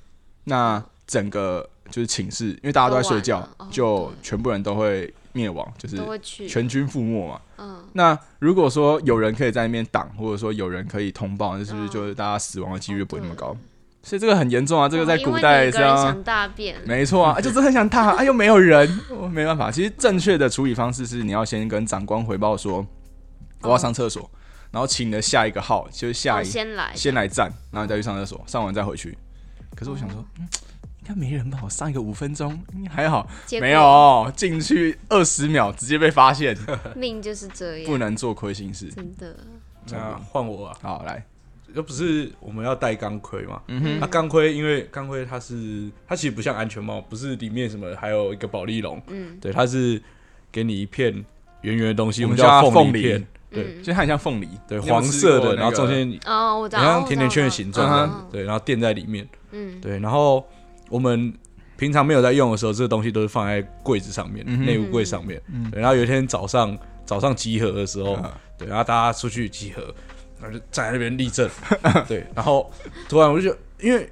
Speaker 1: 那整个就是寝室，因为大家都在睡觉
Speaker 2: 都完了，哦
Speaker 1: 就全部人都会灭亡，就是
Speaker 2: 都会去，
Speaker 1: 全军覆没嘛。
Speaker 2: 嗯，
Speaker 1: 那如果说有人可以在那边挡，或者说有人可以通报，那是不是
Speaker 2: 哦
Speaker 1: 就是大家死亡的几率不会那么高
Speaker 2: 哦？
Speaker 1: 所以这个很严重啊，这个
Speaker 2: 哦
Speaker 1: 在
Speaker 2: 因
Speaker 1: 古
Speaker 2: 为
Speaker 1: 代
Speaker 2: 你一
Speaker 1: 这
Speaker 2: 个人
Speaker 1: 样。
Speaker 2: 想大便，
Speaker 1: 没错 啊，啊就是很想踏，啊又没有人，我没办法。其实正确的处理方式是，你要先跟长官回报
Speaker 2: 哦
Speaker 1: 说我要上厕所，然后请你的下一个号，就是下
Speaker 2: 哦，
Speaker 1: 一
Speaker 2: 先来，
Speaker 1: 先来站，然后你再去上厕所，上完再回去。可是我想说，
Speaker 2: 哦
Speaker 1: 嗯应该没人吧？我上一个五分钟，应该还好，
Speaker 2: 结果
Speaker 1: 没有哦进去二十秒，直接被发 现，
Speaker 2: 命就是这
Speaker 1: 不
Speaker 2: 样，
Speaker 1: 能做亏心事。
Speaker 2: 真的，
Speaker 3: 那换我啊，
Speaker 1: 好，来，
Speaker 3: 又不是我们要戴钢盔嘛？
Speaker 1: 嗯哼，
Speaker 3: 那钢盔因为钢盔它是它其实不像安全帽，不是里面什么还有一个保丽龙，
Speaker 2: 嗯
Speaker 3: 对，它是给你一片圆圆的东西，
Speaker 1: 我
Speaker 3: 我
Speaker 1: 们
Speaker 3: 们
Speaker 1: 叫它
Speaker 3: 叫
Speaker 1: 凤
Speaker 3: 凤
Speaker 1: 梨
Speaker 3: 梨片，对
Speaker 1: 其
Speaker 2: 嗯，
Speaker 1: 实它很像凤梨，你
Speaker 3: 对，
Speaker 1: 有没有
Speaker 3: 黄
Speaker 1: 吃
Speaker 3: 色
Speaker 1: 过
Speaker 3: 的，
Speaker 1: 那
Speaker 3: 然后中
Speaker 1: 个
Speaker 3: 间
Speaker 2: 哦，我知道，
Speaker 3: 很像
Speaker 2: 我知
Speaker 3: 甜甜圈的
Speaker 2: 道
Speaker 3: 形
Speaker 1: 嗯
Speaker 3: 状
Speaker 2: 哼，
Speaker 3: 对，然后垫在里面，
Speaker 2: 嗯
Speaker 3: 对，然后我们平常没有在用的时候，这个东西都是放在柜子上面
Speaker 1: 嗯，哼
Speaker 3: 内务柜上面，对，然后有一天早上早上集合的时候
Speaker 1: 嗯，
Speaker 3: 对，然后大家出去集合，然后就站在那边立正， 对，然后突然我就觉得，因为。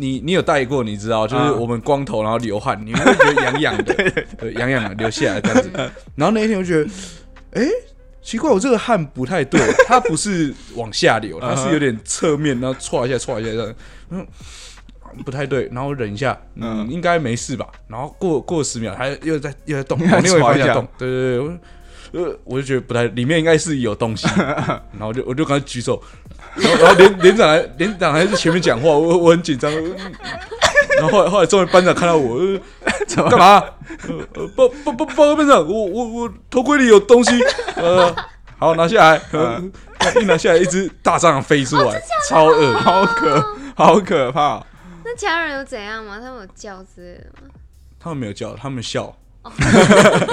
Speaker 3: 你你有戴过，你知道，就是
Speaker 1: 嗯
Speaker 3: 我们光头，然后流汗，你会觉得痒痒的， 对，痒痒的流下来这样子。然后那一天我就觉得，哎、奇怪，我这个汗不太对，它不是往下流，它是有点侧面，然后唰一下唰一下这样，嗯，不太对，然后忍一下，嗯，
Speaker 1: 嗯
Speaker 3: 应该没事吧？然后过过十秒，它又在又在动，
Speaker 1: 又在
Speaker 3: 往另外一个方
Speaker 1: 唰一下
Speaker 3: 向动，对对对，我就呃，我就觉得不太，里面应该是有东西，然后我就我就赶快举手，然后然后连连长还连长还在前面讲话，我我很紧张，嗯然后后来后来终于班长看到我。呃
Speaker 1: 怎么
Speaker 3: 干嘛？呃呃，报报报报告班长，我我我头盔里有东西，呃，好拿下来，呃
Speaker 1: 嗯
Speaker 3: 一拿下来一只大蟑螂飞出来，超恶，
Speaker 1: 好可好可怕 哦，
Speaker 2: 那其他人有怎样吗？他们有叫之类的吗？
Speaker 3: 他们没有叫，他们笑，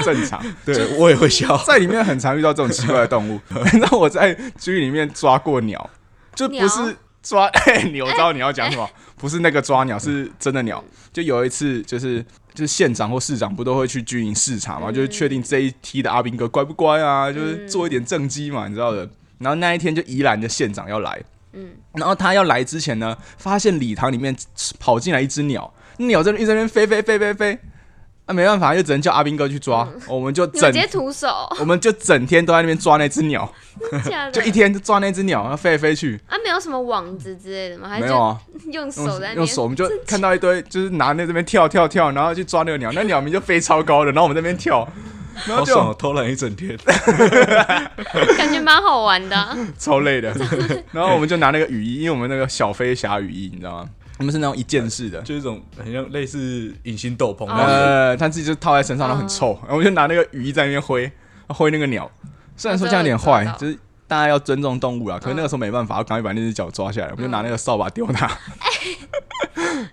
Speaker 1: 正常。
Speaker 3: 对我也会笑，
Speaker 1: 在里面很常遇到这种奇怪的动物。 那我在剧里面抓过鸟，就不是
Speaker 2: 鸟哎
Speaker 1: 抓 哎鸟，我知道你要讲什么，不是那个抓鸟，
Speaker 2: 嗯
Speaker 1: 是真的鸟。就有一次，就是就是县长或市长不都会去军营视察
Speaker 2: 嗯
Speaker 1: 嘛，就是确定这一批的阿兵哥乖不乖啊，就是做一点政绩嘛，你知道的。然后那一天就宜兰的县长要来，
Speaker 2: 嗯，
Speaker 1: 然后他要来之前呢，发现礼堂里面跑进来一只鸟，鸟在一直在那边飞飞飞飞飞，那、没办法，就只能叫阿兵哥去抓，我们就
Speaker 2: 嗯你们
Speaker 1: 整
Speaker 2: 直接徒手，
Speaker 1: 我们就整天都在那边抓那只鸟，
Speaker 2: 假的
Speaker 1: 就一天就抓那只鸟，然后飞来飞去。
Speaker 2: 啊，没有什么网子之类的 吗？还是
Speaker 1: 没有啊，
Speaker 2: 就用
Speaker 1: 用
Speaker 2: 手在那边
Speaker 1: 用手，我们就看到一堆，就是拿那这边跳跳跳，然后去抓那个鸟，那鸟鸣就飞超高的，然后我们在那边跳，然后
Speaker 3: 好
Speaker 1: 就、
Speaker 3: 爽哦，偷懒一整 天。
Speaker 2: 感觉蛮好玩的啊、
Speaker 1: 超累 的。然后我们就拿那个雨衣，因为我们那个小飞侠雨衣，你知道吗？我们是那种一件式的，
Speaker 3: 就一种很像类似隐形斗篷那样的，
Speaker 1: 呃，他自己就套在身上，然后很
Speaker 2: 哦
Speaker 1: 臭，然后我就拿那个雨衣在那边挥，挥那个鸟。虽然说这样有点坏
Speaker 2: 那，真的很臭
Speaker 1: 就是大家要尊重动物啊，可是那个时候没办法，我赶快把那只脚抓下
Speaker 2: 嗯
Speaker 1: 来，我就拿那个扫把丢它。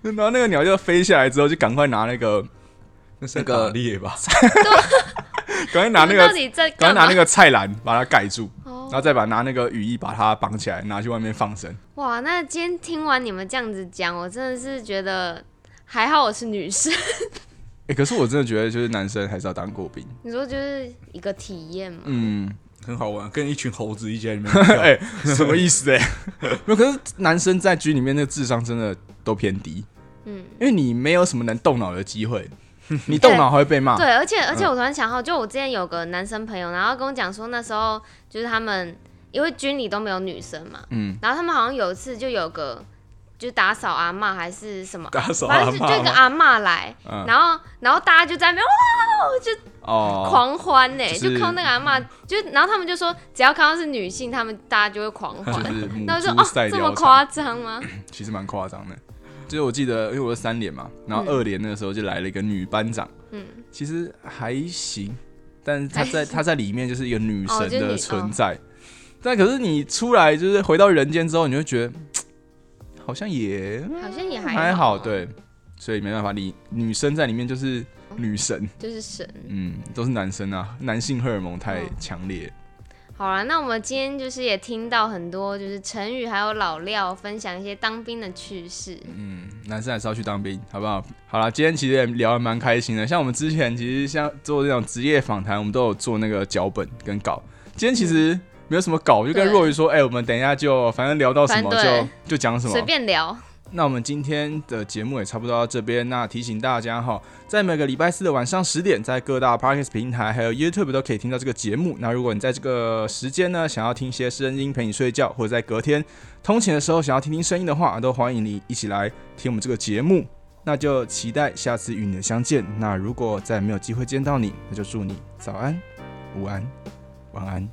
Speaker 1: 然后那个鸟就飞下来之后，就赶快拿那个，
Speaker 3: 那是
Speaker 1: 那个
Speaker 3: 打猎 吧？
Speaker 1: 赶快 拿那
Speaker 2: 你们到
Speaker 1: 个，
Speaker 2: 底在
Speaker 1: 赶快
Speaker 2: 干嘛？
Speaker 1: 拿那个菜篮把它盖住，
Speaker 2: 哦
Speaker 1: 然后再把拿那个雨衣把它绑起来，拿去外面放生。
Speaker 2: 哇，那今天听完你们这样子讲，我真的是觉得还好我是女生。
Speaker 1: 哎，可是我真的觉得，就是男生还是要当过兵。
Speaker 2: 你说就是一个体验嘛？
Speaker 1: 嗯，
Speaker 3: 很好玩，跟一群猴子一起在里面 跳。
Speaker 1: 哎、什么意思、欸？哎， 没有。可是男生在局里面那个智商真的都偏低，
Speaker 2: 嗯，
Speaker 1: 因为你没有什么能动脑的机 会，你动脑还会被骂。
Speaker 2: 对，而且而且我突然想到，就我之前有个男生朋友，然后跟我讲说，那时候就是他们因为军里都没有女生嘛，
Speaker 1: 嗯，
Speaker 2: 然后他们好像有一次就有个就打扫阿嬷还是什么。
Speaker 3: 打啊扫
Speaker 2: 反
Speaker 3: 阿
Speaker 2: 正就就一
Speaker 3: 嬷
Speaker 2: 个
Speaker 3: 吗，
Speaker 2: 阿嬷来，
Speaker 1: 嗯
Speaker 2: 然后然后大家就在那边哇
Speaker 1: 哦，
Speaker 2: 狂欢呢、
Speaker 1: 就是
Speaker 2: 就看到那个阿嬷，就然后他们就说，只要看到是女性，他们大家就会狂欢。
Speaker 1: 就是母
Speaker 2: 那我就说
Speaker 1: 猪赛
Speaker 2: 哦，这么
Speaker 1: 貂蝉，
Speaker 2: 夸张吗？
Speaker 1: 其实蛮夸张的。就是我记得，因为我是三连嘛，然后二连那个时候就来了一个女班长，
Speaker 2: 嗯，
Speaker 1: 其实还行，但是她在她在里面就是一个女神
Speaker 2: 哦就是
Speaker 1: 的
Speaker 2: 女
Speaker 1: 存在，但可是你出来就是回到人间之后，你就会觉得好像也
Speaker 2: 好像也还
Speaker 1: 还好，
Speaker 2: 哦，
Speaker 1: 对，所以没办法，你女生在里面就是女神，
Speaker 2: 就是神。
Speaker 1: 嗯，都是男生啊，男性荷尔蒙太强烈，
Speaker 2: 好了，那我们今天就是也听到很多就是成语还有老廖分享一些当兵的趣事。
Speaker 1: 嗯，男生还是要去当兵，好不好？好啦，今天其实也聊得蛮开心的，像我们之前其实像做这种职业访谈，我们都有做那个脚本跟稿，今天其实没有什么稿，我就跟
Speaker 2: 嗯对
Speaker 1: 若愚说，哎、我们等一下就反正聊到什么
Speaker 2: 反对
Speaker 1: 就就讲什么
Speaker 2: 随，便聊，
Speaker 1: 那我们今天的节目也差不多到这边。那提醒大家哈，在每个礼拜四的晚上十点，在各大 Podcast 平台还有 YouTube 都可以听到这个节目。那如果你在这个时间呢，想要听一些声音陪你睡觉，或者在隔天通勤的时候想要听听声音的话，都欢迎你一起来听我们这个节目。那就期待下次与你的相见。那如果再没有机会见到你，那就祝你早安、午安、晚安，